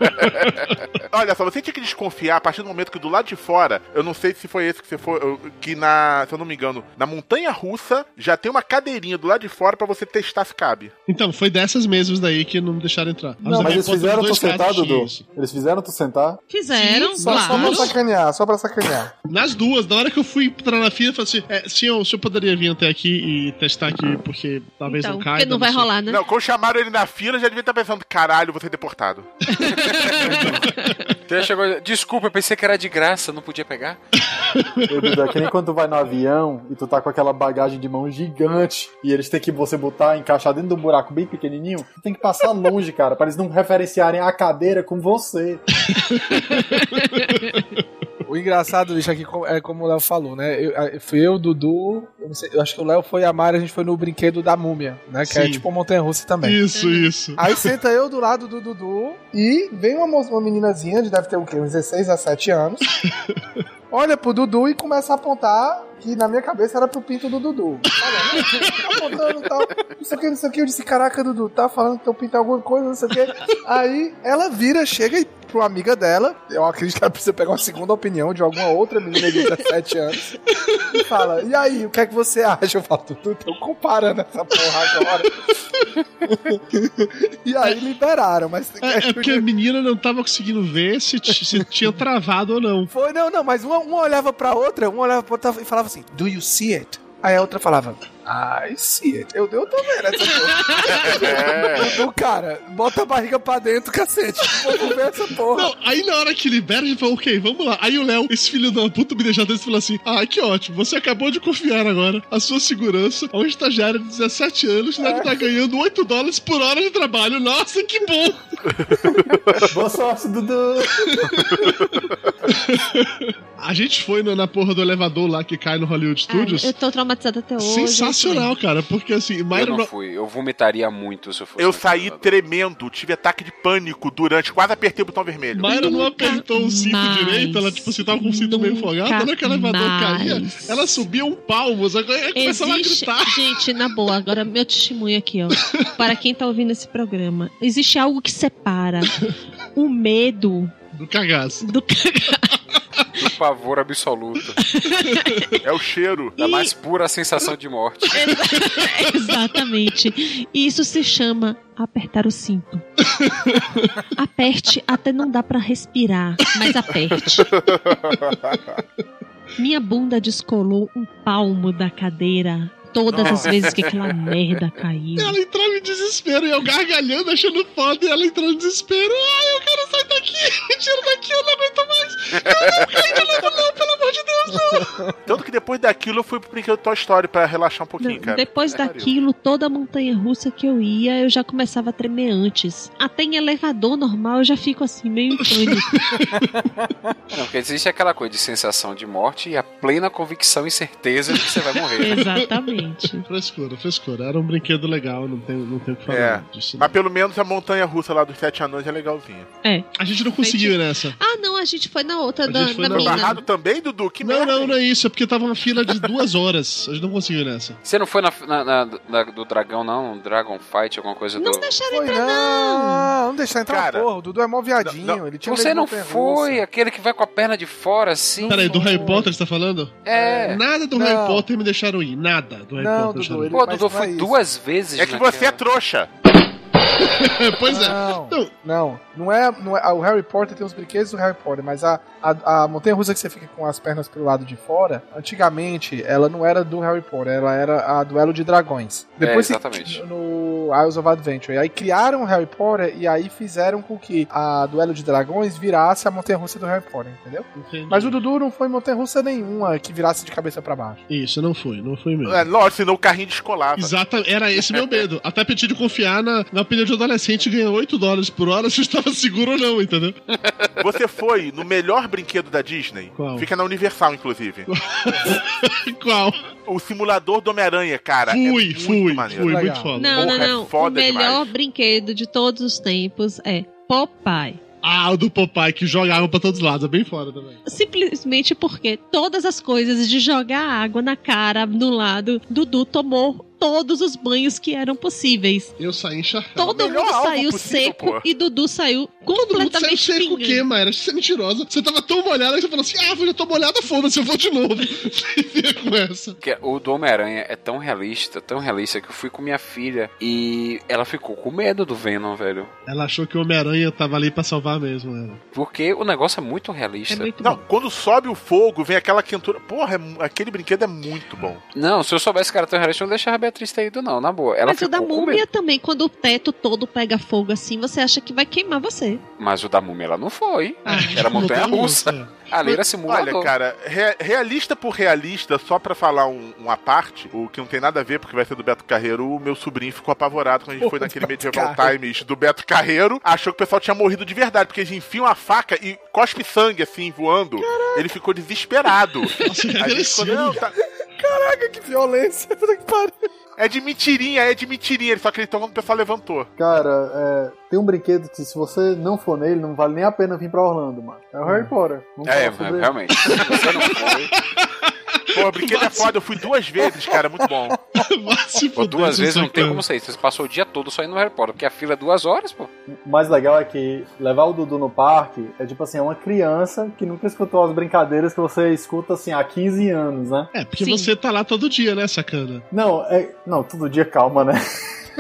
S3: Olha só, você tinha que desconfiar a partir do momento que do lado de fora, eu não sei se foi esse que você foi, eu- que na, se eu não me engano, na montanha russa já tem uma cadeirinha do lado de fora pra você testar se cabe.
S1: Então, foi dessas mesas daí que não me deixaram entrar. As
S5: Não,
S1: da
S5: mas
S1: Harry
S5: eles
S1: Potter,
S5: fizeram
S1: os
S5: tu
S1: dois assim.
S5: sentar,
S1: caras
S5: Dudu?
S1: tinham isso.
S5: Eles fizeram tu sentar?
S9: Fizeram,
S6: só, só
S9: claro.
S6: pra
S4: Então,
S6: sacanear, só pra sacanear.
S1: Nas duas, na hora que eu fui entrar na fila, eu falei assim: é, senhor, o senhor poderia vir até aqui e testar aqui, Então, porque talvez não caia. tá sei.
S4: né?
S3: Não, quando chamaram ele na fila, já devia estar pensando, caralho, vou ser deportado.
S2: Então ele chegou, Desculpa, eu pensei que era de graça, não podia pegar.
S5: Ô, Dudu, é que nem quando tu vai no avião e tu tá com aquela bagagem de mão gigante e eles têm que você botar, encaixar dentro de um buraco bem pequenininho, tu tem que passar longe, cara, pra eles não referenciarem a cadeira com você.
S11: O engraçado, bicho, aqui co- é como o Léo falou, né? Eu, a- fui eu, Dudu, eu, não sei, eu acho que o Léo foi e a Mari, a gente foi no brinquedo da múmia, né? Que é
S1: Sim.
S11: tipo uma montanha-russa também.
S1: Isso, isso.
S11: Aí senta eu do lado do Dudu.
S6: E veio uma, mo- uma meninazinha, de deve ter o quê? Uns 16 a 7 anos. olha pro Dudu e começa a apontar que na minha cabeça era pro pinto do Dudu. Olha, apontando Tá e tal. Não sei o que, não sei o que. Eu disse, caraca, Dudu, tá falando que teu pinto é alguma coisa, não sei o que. Aí ela vira, chega e pro amiga dela, eu acredito que ela precisa pegar uma segunda opinião de alguma outra menina de 17 anos, e fala, e aí, o que é que você acha? Eu falo, Dudu, tô comparando essa porra agora. e aí liberaram, mas...
S1: É, é porque a menina não tava conseguindo ver se, t- se tinha travado ou não.
S6: Foi, não, não, mas uma, uma olhava pra outra, uma olhava pra outra e falava assim, do you see it? Aí a outra falava, I see it. Eu, eu tô vendo essa
S3: É.
S2: É.
S6: porra. o cara, bota a barriga pra dentro, cacete. Vamos ver essa porra.
S1: Não, aí na hora que libera, ele fala, ok, vamos lá. Aí o Léo, esse filho da puta me deixar dentro, falou assim, ah, que ótimo, você acabou de confiar agora a sua segurança a um estagiário de 17 anos que deve
S5: É.
S1: estar ganhando 8 dólares por hora de trabalho. Nossa, que bom.
S5: Boa sorte, Dudu.
S1: a gente foi no- na porra do elevador lá que cai no Hollywood Studios.
S4: É, Eu tô traumatizada até hoje.
S1: Sensacional, cara, porque assim,
S2: Eu
S1: Myron
S2: não fui, eu vomitaria muito se eu fosse.
S3: Eu saí tremendo, tive ataque de pânico durante, quase apertei o botão vermelho.
S1: Mayra não apertou o cinto
S3: mais.
S1: direito, ela tipo, se tava com o cinto meio folgado, na hora que o elevador
S4: mais.
S1: caía, ela subia um palmo, só que aí começava a
S4: Existe,
S1: gritar.
S4: gente, na boa, agora meu testemunho aqui, ó. Para quem tá ouvindo esse programa, existe algo que separa o medo
S1: do cagaço.
S4: Do
S2: Do pavor absoluto.
S3: é o cheiro.
S2: Da mais pura sensação de morte.
S4: Exatamente. E isso se chama apertar o cinto. Aperte até não dá pra respirar, mas aperte. Minha bunda descolou um palmo da cadeira todas as
S1: Nossa.
S4: vezes que aquela merda caiu.
S1: Ela entrava em desespero, e eu gargalhando, achando foda, e ela entrando em desespero. Ai, eu quero sair daqui, tira daqui, eu não aguento mais. Eu não caí de novo, não, pelo amor de Deus, não.
S3: Tanto que depois daquilo eu fui pro brinquedo Toy Story pra relaxar um pouquinho, cara.
S4: Depois daquilo, toda a montanha russa que eu ia, eu já começava a tremer antes. Até em elevador normal eu já fico assim, meio em pânico.
S2: Não, porque existe aquela coisa de sensação de morte e a plena convicção e certeza de que você vai morrer.
S4: Exatamente.
S1: Frescura, frescura. Era um brinquedo legal, não tem, não tem o que falar
S3: É.
S1: disso.
S3: Mas pelo menos a montanha russa lá dos sete anões é legalzinha.
S4: É.
S1: A gente não conseguiu ir nessa.
S4: Ah, não, a gente foi na outra da, da
S3: Foi
S4: mina.
S3: barrado também, Dudu? Que
S1: não, não, não é isso, é porque tava uma fila de duas horas. A gente não conseguiu ir nessa.
S2: Você não foi na, na- na- na- do dragão, não? Um Dragon Fight, alguma coisa do.
S4: deixaram
S6: entrar, não. Não deixaram entrar,
S2: Cara,
S6: porra. O Dudu é mó viadinho. ele tinha
S2: Você
S6: medo de
S2: não
S6: montanha-russa.
S2: foi aquele que vai com a perna de fora assim?
S1: Peraí, do Harry Potter você tá falando?
S2: É.
S1: Nada do
S2: Não.
S1: Harry Potter me deixaram ir. Nada do Harry
S2: Não,
S1: Potter me deixaram
S2: Dudu,
S1: ir.
S2: ele- Pô, mas Dudu, não é fui isso. duas vezes
S1: né?
S3: É que
S2: naquela.
S3: você é trouxa.
S1: pois
S6: é. Não, não, não é, não é- O Harry Potter tem os brinquedos do Harry Potter, mas a, a, a montanha russa que você fica com as pernas pro lado de fora, antigamente ela não era do Harry Potter, ela era a duelo de dragões. Depois
S2: é,
S6: se-
S2: exatamente.
S6: no Isles of Adventure. E aí criaram o Harry Potter e aí fizeram com que a Duelo de Dragões virasse a montanha-russa do Harry Potter, entendeu? Mas o Dudu não foi em montanha-russa nenhuma que virasse de cabeça pra baixo.
S1: Isso, não foi, não foi mesmo.
S3: É, lógico, senão o carrinho descolava.
S1: Exatamente, era esse meu medo. Até pedir de confiar na, na opinião de um adolescente ganha 8 dólares por hora se estava seguro ou não, entendeu?
S3: Você foi no melhor brinquedo da Disney?
S1: Qual?
S3: Fica na Universal, inclusive.
S1: Qual?
S3: O simulador do Homem-Aranha, cara.
S1: Fui,
S3: é muito
S1: fui,
S3: maneiro.
S1: fui, muito foda.
S4: Não,
S3: Porra,
S4: não, não.
S3: É foda
S4: o melhor
S3: demais.
S4: brinquedo de todos os tempos é Popeye.
S1: Ah, o do Popeye que joga água pra todos os lados, é bem foda também.
S4: Simplesmente porque todas as coisas de jogar água na cara no lado, Dudu tomou todos os banhos que eram possíveis.
S1: Eu saí encharcado.
S4: Todo
S1: Melhor
S4: mundo
S1: alvo
S4: saiu
S1: possível,
S4: seco
S1: pô.
S4: e Dudu saiu
S1: Todo mundo saiu
S4: completamente
S1: seco o quê,
S4: pingando.
S1: Mayra? Você é mentirosa. Você tava tão molhada que você falou assim: ah, eu já tô molhada, foda-se, eu vou de novo. Você fica com essa.
S2: Porque o do Homem-Aranha é tão realista, tão realista, que eu fui com minha filha e ela ficou com medo do Venom, velho.
S1: Ela achou que o Homem-Aranha tava ali pra salvar mesmo né? ela.
S2: Porque o negócio é muito realista.
S3: Não, quando sobe o fogo, vem aquela quentura. Porra, é mu- aquele brinquedo é muito bom.
S2: Não, se eu soubesse que era tão realista, eu não deixava a Beatriz ter ido, não, na boa. Ela
S4: Mas o
S2: ficou
S4: da
S2: com
S4: múmia
S2: medo.
S4: também, quando o teto todo pega fogo assim, você acha que vai queimar você.
S2: Mas o da múmia ela não foi. era montanha russa.
S1: é.
S2: Ali era simulador.
S3: Olha, cara, re- realista por realista, só pra falar um, uma parte, o que não tem nada a ver, porque vai ser do Beto Carreiro, o meu sobrinho ficou apavorado quando a gente foi naquele Medieval
S1: Carreiro.
S3: Times do Beto Carreiro, achou que o pessoal tinha morrido de verdade, porque eles enfiam a faca e cospe sangue, assim, voando. Ele ficou desesperado.
S1: Nossa, que
S3: A gente ficou,
S1: agressivo.
S3: "Não, tá-
S6: Caraca, que violência! Puta que pariu.
S3: É de mentirinha, é de mentirinha. Ele só acreditou quando o pessoal levantou.
S5: Cara, é, tem um brinquedo que se você não for nele, não vale nem a pena vir pra Orlando, mano. É o Harry Potter. Vamos
S2: É,
S5: falar sobre
S2: realmente. Se você não foi.
S3: Pô, o brinquedo é foda, eu fui duas vezes, cara, muito bom.
S2: Pô, duas vezes não tem como sair. Você passou o dia todo só indo no Harry Potter, porque a fila é duas horas, pô.
S5: O mais legal é que levar o Dudu no parque é tipo assim, é uma criança que nunca escutou as brincadeiras que você escuta assim há 15 anos, né?
S1: É, porque você tá lá todo dia, né, sacana?
S5: Não, é... não, todo dia calma, né?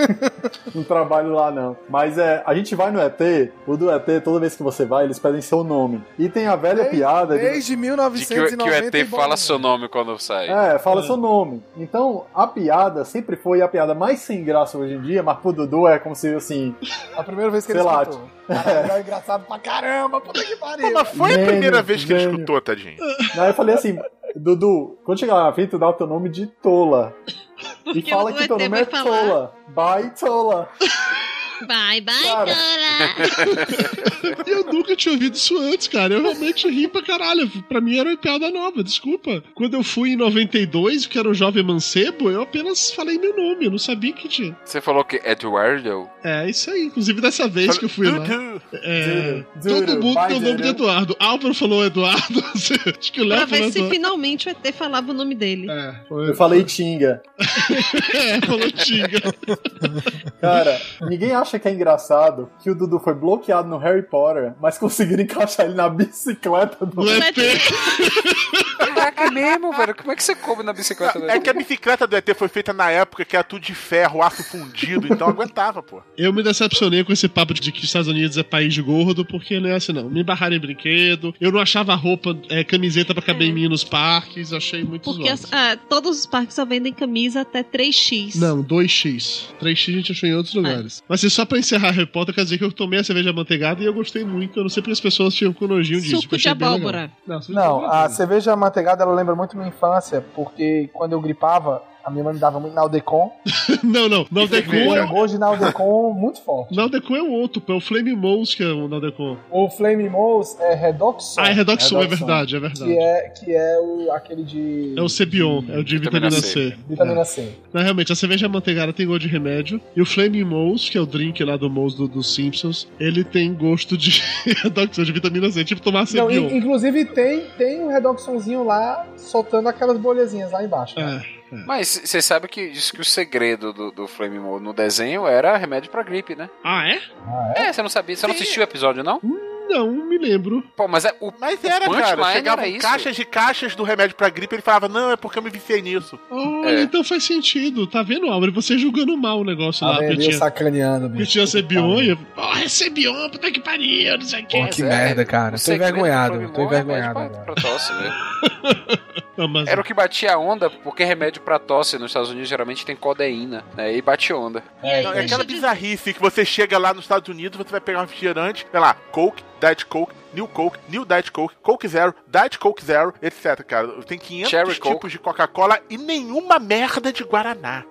S5: não trabalho lá não. Mas é, a gente vai no ET, o do ET, toda vez que você vai, eles pedem seu nome. E tem a velha piada de-
S2: De que, o- que
S6: Desde
S2: o
S6: 1990
S2: ET
S6: bom.
S2: fala seu nome quando sai.
S5: É, fala seu nome. Então, a piada sempre foi a piada mais sem graça hoje em dia, mas pro Dudu é como se, assim...
S6: A primeira vez que
S5: sei
S6: ele
S5: lá,
S6: escutou. Caralho, é engraçado pra caramba, puta que pariu.
S3: Mas foi a
S5: Gênio,
S3: primeira vez que ele
S5: gênio.
S3: escutou, tadinho.
S5: Aí eu falei assim, Dudu, quando chegar lá na frente, tu dá o teu nome de tola. e
S4: Porque
S5: fala
S4: o
S5: que teu
S4: ET
S5: nome
S4: vai
S5: é
S4: falar.
S5: tola. Bye, tola.
S4: Bye, bye,
S5: Cara.
S4: Dora!
S1: Eu nunca tinha ouvido isso antes, cara. Eu realmente ri pra caralho. Pra mim era uma piada nova, desculpa. Quando eu fui em 92, que era um jovem mancebo, eu apenas falei meu nome, eu não sabia que tinha.
S2: Você falou que Eduardo?
S1: É isso aí. Inclusive, dessa vez que eu fui lá.
S2: Dudu.
S1: É,
S2: Dudu.
S1: todo
S2: Dudu.
S1: mundo
S2: Vai,
S1: tem o nome de
S2: Dudu.
S1: Eduardo. Álvaro falou Eduardo. Acho que o
S4: Pra
S1: Léo falou
S4: ver se
S1: Eduardo.
S4: finalmente o ET falava o nome dele.
S5: Eu falei Tinga.
S1: É, falou Tinga.
S5: Cara, ninguém acha que é engraçado que o Dudu foi bloqueado no Harry Potter, mas conseguiram encaixar ele na bicicleta do
S1: ET.
S2: Caraca, é mesmo, velho. Como é que você come na bicicleta
S3: É que a bicicleta do ET foi feita na época que era tudo de ferro, aço fundido, então aguentava, pô.
S1: Eu me decepcionei com esse papo de que os Estados Unidos é país de gordo, porque não é assim não. Me barraram em brinquedo, eu não achava roupa, é, camiseta pra caber em mim nos parques, achei muito
S4: Porque
S1: zoado.
S4: as- ah, todos os parques só vendem camisa até 3x.
S1: Não, 2x. 3x a gente achou em outros
S4: Ah,
S1: lugares. Mas assim, só pra encerrar Harry Potter, quer dizer que eu tomei a cerveja manteigada e eu gostei muito. Eu não sei porque as pessoas ficam com nojinho disso.
S6: Suco
S1: eu
S6: de
S1: achei bem legal.
S6: abóbora.
S1: Não, é assim. suco de
S6: Não, ah,
S1: abóbora.
S6: a cerveja manteigada ela lembra muito minha infância, porque quando eu gripava, a minha mãe me dava muito Naldecon.
S1: não, não. Naldecon
S6: Um
S1: é...
S6: gosto de Naldecon muito forte.
S1: Naldecon é o outro, pô, é o Flame Mouse que é o Naldecon.
S6: O Flame Mouse é Redoxon.
S1: Ah, é Redoxon, é verdade, é verdade.
S6: Que é, que é o, aquele de...
S1: É o Cebion, é o de vitamina, C.
S6: Vitamina C.
S1: Não, realmente, a cerveja manteigada tem gosto de remédio. E o Flaming Mouse, que é o drink lá do Mouse do- dos Simpsons, ele tem gosto de redoxão de vitamina C, tipo tomar
S6: Não,
S1: Cebion.
S6: in- inclusive tem, tem um Redoxonzinho lá, soltando aquelas bolhazinhas lá embaixo.
S1: né?
S2: Mas você sabe que diz que o segredo do, do Flame Mode no desenho era remédio pra gripe, né?
S1: Ah, é?
S2: é? você não sabia. Você não assistiu o episódio, não?
S1: Não, me lembro.
S2: Pô, mas é o.
S3: Mas era,
S2: punchline
S3: cara. Chegavam
S2: era isso.
S3: caixas e caixas do remédio pra gripe ele falava, não, é porque eu me viciei nisso.
S1: Olha, então faz sentido. Tá vendo, Álvaro? Você julgando mal o negócio
S6: Ah,
S1: lá.
S6: velho,
S1: porque
S6: eu sacaneando,
S1: porque
S6: bicho.
S1: tinha Cebion e... eu- Porra, é Cebion, puta que pariu, não sei o
S6: Pô,
S1: que.
S6: que merda, cara. Tô envergonhado, tô envergonhado. agora.
S2: é Pra tosse, né?
S1: Não, mas-
S2: Era o que batia a onda, porque remédio pra tosse nos Estados Unidos geralmente tem codeína, né? E bate onda.
S3: Não, é aquela bizarrice que você chega lá nos Estados Unidos, você vai pegar um refrigerante, sei lá, Coke, Diet Coke, New Coke, New Diet Coke, Coke Zero, Diet Coke Zero, etc, cara. Tem 500
S2: Cherry
S3: tipos
S2: Coke.
S3: de Coca-Cola e nenhuma merda de Guaraná.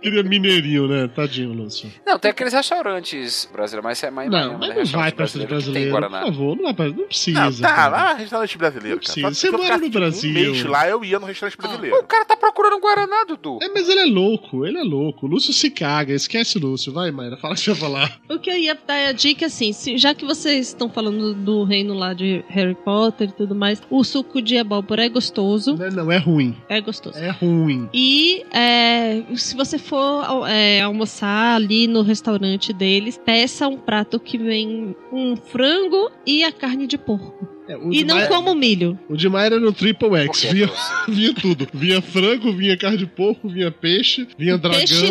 S1: Queria mineirinho, né? Tadinho, Lúcio.
S2: Não, tem aqueles restaurantes brasileiros, mas é mais
S1: Não, mas não vai pra ser brasileiro, por favor. Ah, Não, dá pra- não precisa.
S3: Não, tá,
S1: cara.
S3: lá restaurante brasileiro, cara.
S1: precisa.
S3: Só-
S1: Você
S3: se eu
S1: mora no
S3: ficasse, tipo,
S1: Brasil.
S3: Um mês lá, eu ia no restaurante brasileiro.
S2: O cara tá procurando um Guaraná, Dudu.
S1: É, mas ele é louco, ele é louco. O Lúcio se caga, esquece o Lúcio. Vai, Mayra, fala o que você ia falar.
S4: O que eu ia dar é a dica assim, se- já que vocês estão falando do reino lá de Harry Potter e tudo mais, o suco de abóbora é gostoso.
S1: Não, não é ruim.
S4: É gostoso.
S1: É ruim.
S4: E é, se você for al- é, almoçar ali no restaurante deles, peça um prato que vem um frango e a carne de porco.
S1: é, o
S4: e
S1: de
S4: não
S1: Maia-
S4: como milho.
S1: O de Mayra era o Triple X.
S4: Por que,
S1: Vinha, vinha tudo. Vinha frango, vinha carne de porco, vinha peixe, vinha dragão.
S4: Peixe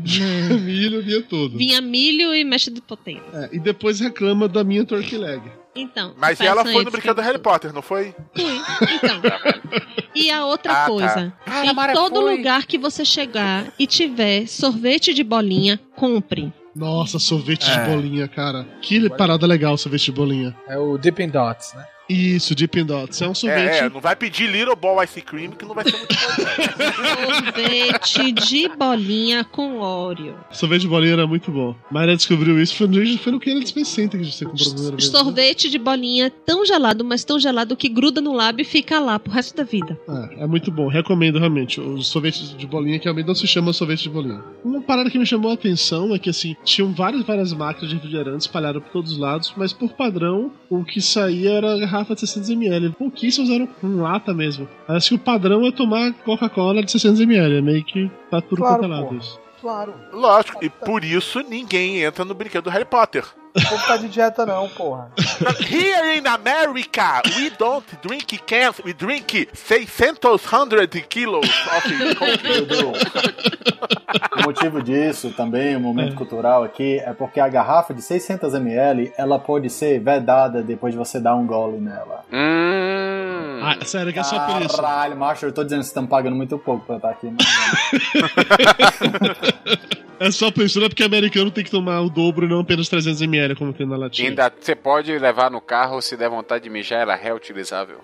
S1: vinha milho, vinha tudo.
S4: Vinha milho e mexe do potente.
S1: É, e depois reclama da minha turkey leg.
S4: Então.
S3: Mas
S4: peçam
S3: ela foi no
S4: esse. então.
S3: brinquedo do Harry Potter, não foi?
S4: E a outra
S3: Ah, tá.
S4: coisa,
S3: Cara,
S4: em
S3: Mara,
S4: todo
S3: foi.
S4: lugar que você chegar e tiver sorvete de bolinha, compre.
S1: Nossa, sorvete
S6: É.
S1: de bolinha, cara. Que parada legal sorvete de bolinha.
S6: É o Dippin' Dots, né?
S1: Isso, Deep Dots. É um sorvete.
S3: É, é, não vai pedir Little Ball Ice Cream que não vai ser muito
S4: Sorvete de bolinha com óleo.
S1: Sorvete de bolinha era muito bom. Maria descobriu isso, foi no, foi no que era Space Center que a gente comprou a primeira vez. né?
S4: Sorvete de bolinha tão gelado, mas tão gelado que gruda no lábio e fica lá pro resto da vida.
S1: Ah, é muito bom, recomendo realmente. O sorvete de bolinha que realmente não se chama sorvete de bolinha. Uma parada que me chamou a atenção é que assim, tinham várias, várias máquinas de refrigerante espalhadas por todos os lados, mas por padrão, o que saía era a garrafa de 600ml. Pouquíssimos eram com lata mesmo. Parece que o padrão é tomar Coca-Cola de 600ml, é meio que tá tudo
S6: Claro,
S1: controlado
S6: pô.
S1: isso.
S6: Claro.
S3: Lógico, e por isso ninguém entra no brinquedo do Harry Potter.
S6: Não vou ficar de dieta, não, porra.
S3: Here in America, we don't drink cans, we drink 600 kilos of coke.
S5: O motivo disso também, o momento cultural aqui, é porque a garrafa de 600ml, ela pode ser vedada depois de você dar um gole nela.
S2: Hum.
S1: Ah, sério, que é só por isso.
S5: Caralho, macho, eu tô dizendo que vocês estão pagando muito pouco pra estar aqui. né? Mas...
S1: É só por isso, não é porque americano tem que tomar o dobro e não apenas 300ml, como tem na
S2: E
S1: latinha.
S2: ainda você pode levar no carro se der vontade de mijar, ela é reutilizável.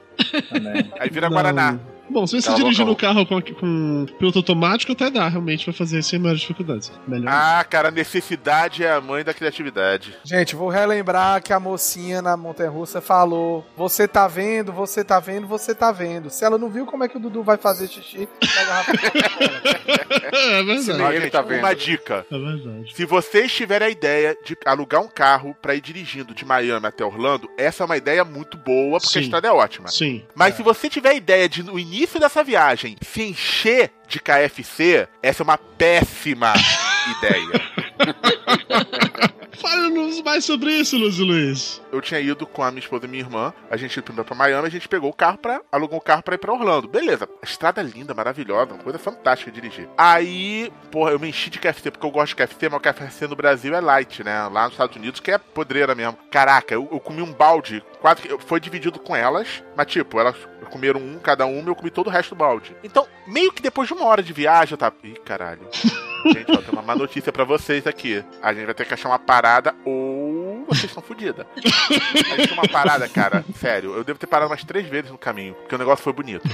S3: Aí vira
S1: Não.
S3: Guaraná. Tá
S1: Bom, se você
S3: Calma,
S1: dirigir
S3: calma.
S1: no carro com, com piloto automático, até dá, realmente, vai fazer sem maiores dificuldades. Melhor.
S3: Ah, cara, a necessidade é a mãe da criatividade.
S11: Gente, vou relembrar que a mocinha na Montanha Russa falou: Você tá vendo, você tá vendo, você tá vendo. Se ela não viu, como é que o Dudu vai fazer xixi?
S1: é verdade.
S3: Ó,
S1: Ele
S3: gente,
S1: tá
S3: Uma
S1: vendo.
S3: dica.
S1: É verdade.
S3: Se vocês tiverem a ideia de alugar um carro pra ir dirigindo de Miami até Orlando, essa é uma ideia muito boa, porque a
S1: Sim.
S3: estrada é ótima.
S1: Sim.
S3: Mas se você tiver a ideia de, no início dessa viagem, se encher de KFC, essa é uma péssima ideia.
S1: Fala-nos mais sobre isso, Luiz Luiz.
S3: Eu tinha ido com a minha esposa e minha irmã, a gente ia primeiro pra Miami, a gente pegou o carro pra. alugou o carro pra ir pra Orlando. Beleza, estrada é linda, maravilhosa, uma coisa fantástica de dirigir. Aí, porra, eu me enchi de KFC, porque eu gosto de KFC, mas o KFC no Brasil é light, né? Lá nos Estados Unidos que é podreira mesmo. Caraca, eu, eu comi um balde, quatro, eu- foi dividido com elas, mas tipo, elas comeram um, cada uma, eu comi todo o resto do balde. Então, meio que depois de uma hora de viagem, eu tava. Ih, caralho. Gente, ó, tem uma má notícia pra vocês aqui. A gente vai ter que achar uma parada ou vocês estão fodidas. A gente tem uma parada, cara. Sério, eu devo ter parado umas três vezes no caminho, porque o negócio foi bonito.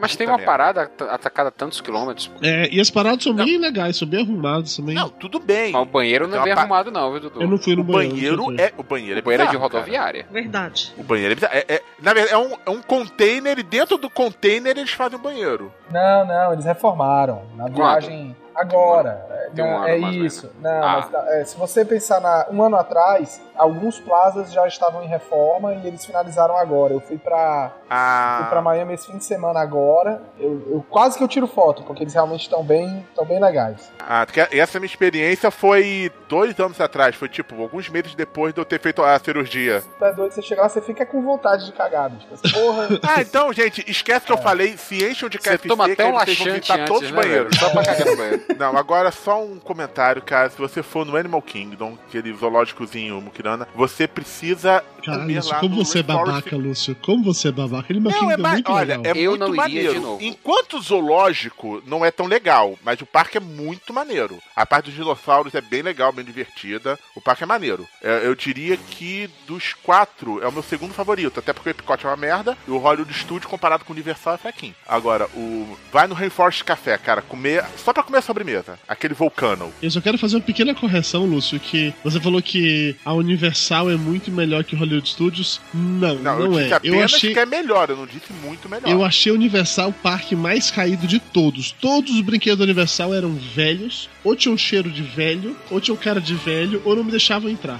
S2: Mas tem
S3: Puta
S2: uma
S3: merda.
S2: parada at- atacada a tantos quilômetros. pô.
S1: É, e as paradas são bem legais, são bem arrumadas também. Não,
S3: tudo bem.
S2: Mas o banheiro não
S3: Tem
S2: é
S3: uma
S2: bem
S3: pa-
S2: arrumado, não, viu, Dudu?
S1: Eu não fui no
S3: o
S1: banheiro.
S3: banheiro é. O banheiro é,
S2: O banheiro é de
S3: bizarro, cara.
S2: rodoviária.
S4: Verdade.
S3: O banheiro é, bizarro. É- é- Na verdade, é um, é um container e dentro do container eles fazem um banheiro.
S6: Não, não, eles reformaram. Na viagem. Agora.
S3: Tem um
S6: Não,
S3: ano
S6: é
S3: mais ou
S6: isso.
S3: menos.
S6: Não,
S3: Ah.
S6: mas tá- é, se você pensar na, um ano atrás, alguns plazas já estavam em reforma e eles finalizaram agora. Eu fui pra,
S3: Ah.
S6: fui pra Miami esse fim de semana agora. Eu, eu quase que eu tiro foto, porque eles realmente estão bem, tão bem legais.
S3: Ah, porque essa minha experiência foi dois anos atrás. Foi tipo, alguns meses depois de eu ter feito a cirurgia.
S6: Tu é doido, você chegar lá, você fica com vontade de cagar, bicho. Mas, Porra.
S3: Ah, então, gente, esquece que eu falei, se enchem de KFC,
S2: É. toma
S3: que
S2: até
S3: aí
S2: um
S3: vocês vão
S2: laxante
S3: visitar
S2: antes,
S3: todos os
S2: né,
S3: banheiros.
S2: velho? Só pra cagar no banheiro.
S3: Não, agora só um comentário, cara. Se você for no Animal Kingdom, aquele zoológicozinho muquirana, você precisa
S1: Caralho,
S3: comer
S1: Lúcio,
S3: lá
S1: como
S3: no
S1: você é
S3: Rainforest
S1: babaca, Lúcio. Como você é babaca. Ele me
S3: não, é
S1: é
S3: ma-
S1: muito
S3: olha,
S1: legal.
S3: é muito maneiro. Enquanto o zoológico não é tão legal, mas o parque é muito maneiro. A parte dos dinossauros é bem legal, bem divertida. O parque é maneiro. É, eu diria que dos quatro é o meu segundo favorito, até porque o Epicote é uma merda e o Hollywood Studio comparado com o Universal é fraquinho. Agora, o vai no Rainforest Café, cara, comer só pra comer a sobremesa, aquele Volcano.
S1: Eu só quero fazer uma pequena correção, Lúcio, que você falou que a Universal é muito melhor que o Hollywood Studios. Não,
S3: Não,
S1: não,
S3: eu disse
S1: é.
S3: apenas
S1: Eu achei,
S3: que é melhor, eu não disse muito melhor.
S1: eu achei o Universal o parque mais caído de todos. Todos os brinquedos do Universal eram velhos, ou tinham um cheiro de velho, ou tinham cara de velho, ou não me deixavam entrar.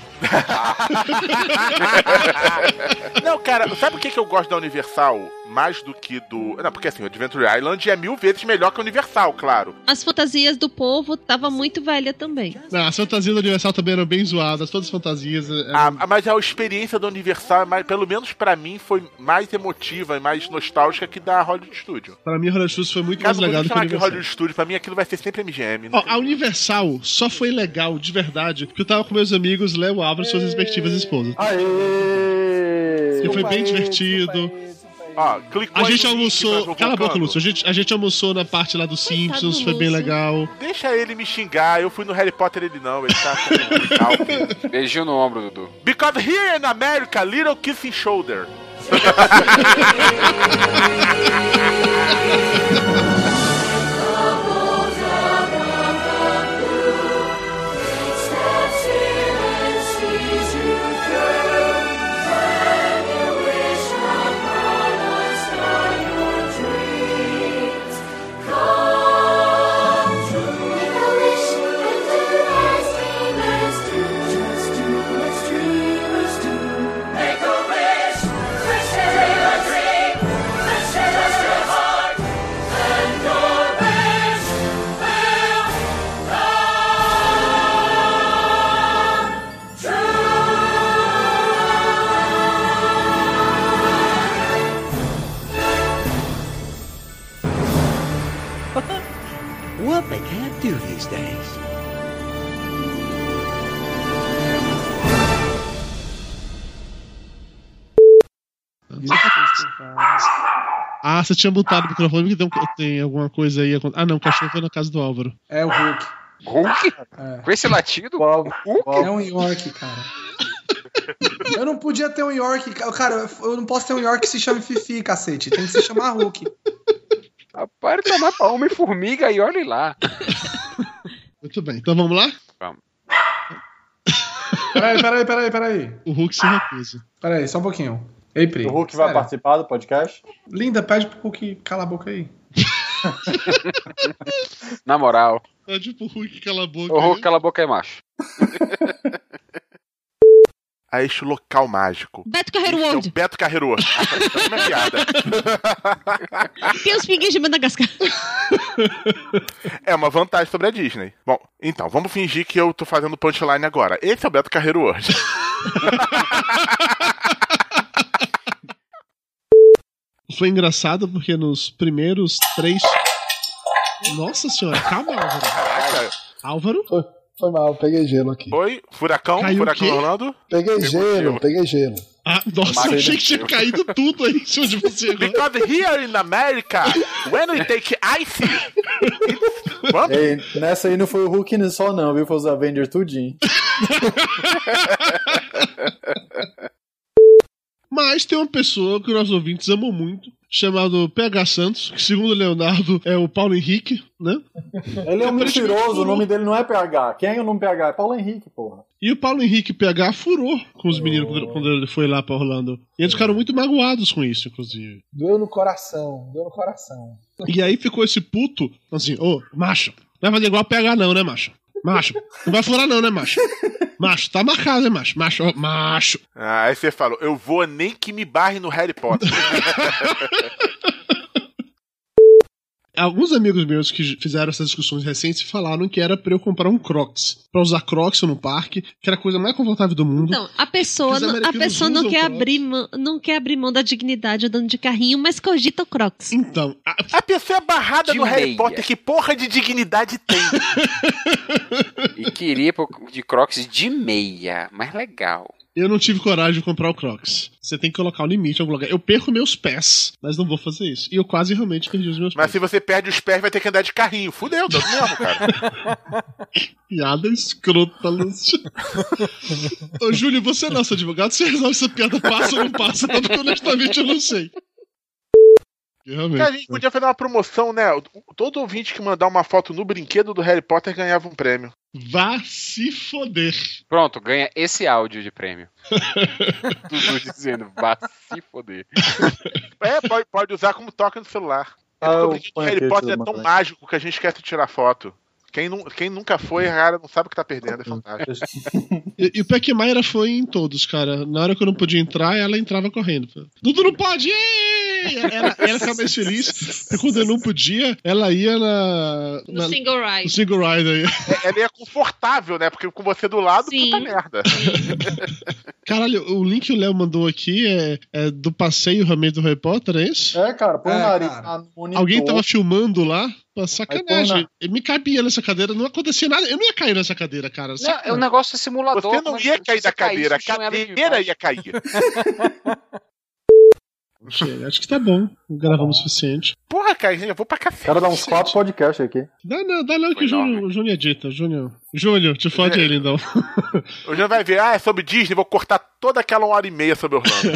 S3: Não, cara, sabe o que, que eu gosto da Universal mais do que do. Não, porque assim, o Adventure Island é mil vezes melhor que a Universal, claro.
S4: As fantasias do povo tava muito velha também.
S1: Não, as fantasias do Universal também eram bem zoadas, todas as fantasias. é, eram-
S3: Ah, Mas a experiência da Universal, é mais- pelo menos pra mim, foi mais emotiva e mais nostálgica que da Hollywood Studio.
S1: Pra mim, o Hollywood Studios foi muito
S3: Caso
S1: mais legal
S3: eu
S1: do que o
S3: falar que
S1: Universal.
S3: Hollywood Studio, pra mim aquilo vai ser sempre MGM.
S1: Ó, a Universal só foi legal, de verdade, porque eu tava com meus amigos Léo Álvaro e suas respectivas esposas.
S5: Aê!
S1: E foi bem divertido.
S3: Ó, clicou tá
S1: A gente
S3: aí no link que nós
S1: almoçou.
S3: vamos
S1: Cala a boca,
S3: colocando.
S1: Lúcio. A gente, a gente almoçou na parte lá dos Simpsons, foi bem legal.
S3: Deixa ele me xingar, eu fui no Harry Potter, ele não, ele tá com um calque.
S2: Beijinho no ombro, Dudu.
S3: Because here in America, little kissing shoulder.
S1: Ah, você tinha mutado o microfone porque tem, um- tem alguma coisa aí. acon- Ah, não, o cachorro foi na casa do Álvaro.
S6: É o Hulk.
S2: Hulk?
S3: Ah,
S2: Com esse latido?
S6: É um York, cara. Eu não podia ter um York. ca- Cara, eu- eu não posso ter um York que se chame Fifi, cacete. Tem que se chamar Hulk.
S2: Rapaz, ele tá pra Homem-Formiga e olhe lá.
S1: Muito bem, então vamos lá?
S2: Vamos.
S6: Peraí, peraí, peraí, peraí.
S1: O Hulk se recusa.
S6: Peraí, só um pouquinho. Ei, Pri.
S5: O Hulk vai
S6: sério.
S5: participar do podcast?
S6: Linda, pede pro Hulk calar a boca aí.
S2: Na moral.
S1: É tipo o Hulk, cala a boca.
S2: Ô, Hulk, cala a boca aí, macho.
S3: A Ah, este local mágico. É
S4: Beto Carreiro
S3: Então.
S4: World.
S3: Beto Carreiro. World. Não é piada.
S4: Tem os pinguins de Madagascar.
S3: É uma vantagem sobre a Disney. Bom, então, vamos fingir que eu tô fazendo punchline agora. Esse é o Beto Carreiro hoje.
S1: Foi engraçado porque nos primeiros três. Nossa senhora, calma, Álvaro. Álvaro?
S6: Foi, mal, peguei gelo aqui.
S3: Oi, furacão,
S1: Caiu
S3: furacão
S1: o quê?
S3: Orlando.
S6: Peguei gelo, peguei gelo.
S1: Ah, nossa,
S3: Mas
S1: eu achei
S3: ele-
S1: que tinha caído tudo aí em cima de você agora.
S3: Because here in America, when we take ice,
S5: Ei, nessa aí não foi o Hulk só não, viu? Foi os Avengers tudinho.
S1: Mas tem uma pessoa que nós ouvintes amam muito, chamado PH Santos, que segundo o Leonardo é o Paulo Henrique, né?
S5: Ele é um mentiroso, o nome dele não é PH. Quem é o nome PH? É Paulo Henrique, porra.
S1: E o Paulo Henrique PH furou com os meninos quando- quando ele foi lá pra Orlando. E eles ficaram muito magoados com isso, inclusive.
S6: Doeu no coração, doeu no coração.
S1: E aí ficou esse puto, assim, ô, macho, não vai fazer igual PH não, né, macho? Macho, não vai furar não, né, macho? Macho, tá marcado, né, macho? Macho, ó, macho.
S3: Ah, aí você falou, eu vou nem que me barre no Harry Potter.
S1: Alguns amigos meus que fizeram essas discussões recentes falaram que era pra eu comprar um Crocs. Pra usar Crocs no parque, que era a coisa mais confortável do mundo.
S4: Então, a pessoa,
S1: Os
S4: a
S1: americanos
S4: pessoa não,
S1: usam
S4: quer
S1: Crocs.
S4: abrir mão, não quer abrir mão da dignidade andando de carrinho, mas cogita o Crocs.
S1: Então,
S3: A pessoa é barrada
S2: De
S3: no Harry
S2: meia.
S3: Potter, que porra de dignidade tem?
S2: E queria pro- de Crocs de meia. Mas legal.
S1: Eu não tive coragem de comprar o Crocs. Você tem que colocar o limite em algum lugar. Eu perco meus pés, mas não vou fazer isso. E eu quase realmente perdi os meus pés.
S3: Mas se você perde os pés, vai ter que andar de carrinho. Fudeu, deu mesmo, cara.
S1: Piada escrota, Lúcio. Ô, Júlio, você é nosso advogado, você resolve essa piada passa ou não passa, tá? porque honestamente eu não sei. Realmente.
S3: Cara, a gente podia fazer uma promoção, né? Todo ouvinte que mandar uma foto no brinquedo do Harry Potter ganhava um prêmio.
S1: Vá se foder.
S2: Pronto, ganha esse áudio de prêmio. Dudu dizendo, vá se foder.
S3: É, pode, pode usar como toque no celular. É
S5: Ah,
S3: porque o
S5: o
S3: brinquedo de
S5: punk
S3: Harry
S5: que
S3: Potter
S5: eu
S3: é
S5: te
S3: tão
S5: mandei.
S3: mágico que a gente esquece de tirar foto. Quem, nu- quem nunca foi, cara, não sabe o que tá perdendo,
S5: Hum.
S3: é fantástico.
S1: E, e o Peck Mayra foi em todos, cara. Na hora que eu não podia entrar, ela entrava correndo. Dudu não pode! Ei! Ela, ela ficava mais feliz. E quando eu não podia, ela ia na.
S4: No
S1: na-
S4: single ride.
S1: No single ride aí.
S3: É, ela é confortável, né? Porque com você do lado, puta merda.
S1: Caralho, o link que o Léo mandou aqui é, é do passeio realmente do Harry Potter, é isso?
S5: É, cara, põe
S1: É,
S5: o nariz
S1: cara.
S5: lá no monitor.
S1: Alguém tava filmando lá? Pô, sacanagem.
S5: Aí põe
S1: Eu me cabia nessa cadeira, não acontecia nada. Eu não ia cair nessa cadeira, cara.
S2: Não, é um negócio de simulador.
S3: Você não
S2: mas
S3: ia cair
S2: se você
S3: da cadeira,
S2: caísse, o chão
S3: a
S2: era de
S3: cadeira
S2: baixo.
S3: ia cair.
S1: Chega, acho que tá bom. Gravamos o suficiente.
S3: Porra, cara, eu vou pra cacete.
S5: Cara, dá uns quatro podcasts aqui.
S1: Dá não, dá não que o Júnior, o Júnior edita. Júnior, Júnior, te fode ele então.
S3: O Júnior vai ver, ah, é sobre Disney, vou cortar toda aquela uma hora e meia sobre Orlando.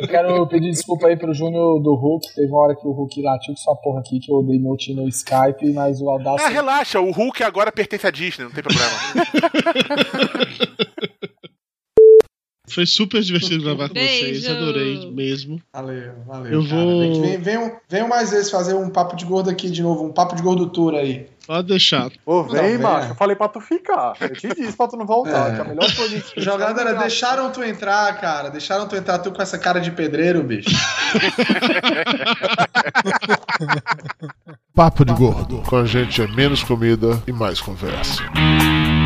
S6: Eu quero pedir desculpa aí pro Júnior do Hulk. Teve uma hora que o Hulk latiu com sua porra aqui, que eu dei meu time no Skype, mas o
S3: ah,
S6: Audacity.
S3: relaxa, o Hulk agora pertence a Disney, não tem problema.
S1: Foi super divertido gravar com
S6: Beijo.
S1: vocês, adorei mesmo.
S6: Valeu, valeu.
S1: Eu
S6: cara.
S1: vou-
S6: Tem que- Vem, venham, venham mais vezes fazer um papo de gordo aqui de novo, um papo de gordutura aí. Tá
S1: Pode deixar.
S6: Ô,
S5: Vem, macho, eu falei pra tu ficar. Eu te disse pra tu não voltar.
S6: É.
S5: Que a melhor coisa que
S6: Jogada era deixaram tu entrar, cara. Deixaram tu entrar, tu com essa cara de pedreiro, bicho.
S1: Papo de gordo. Com a gente é menos comida e mais conversa.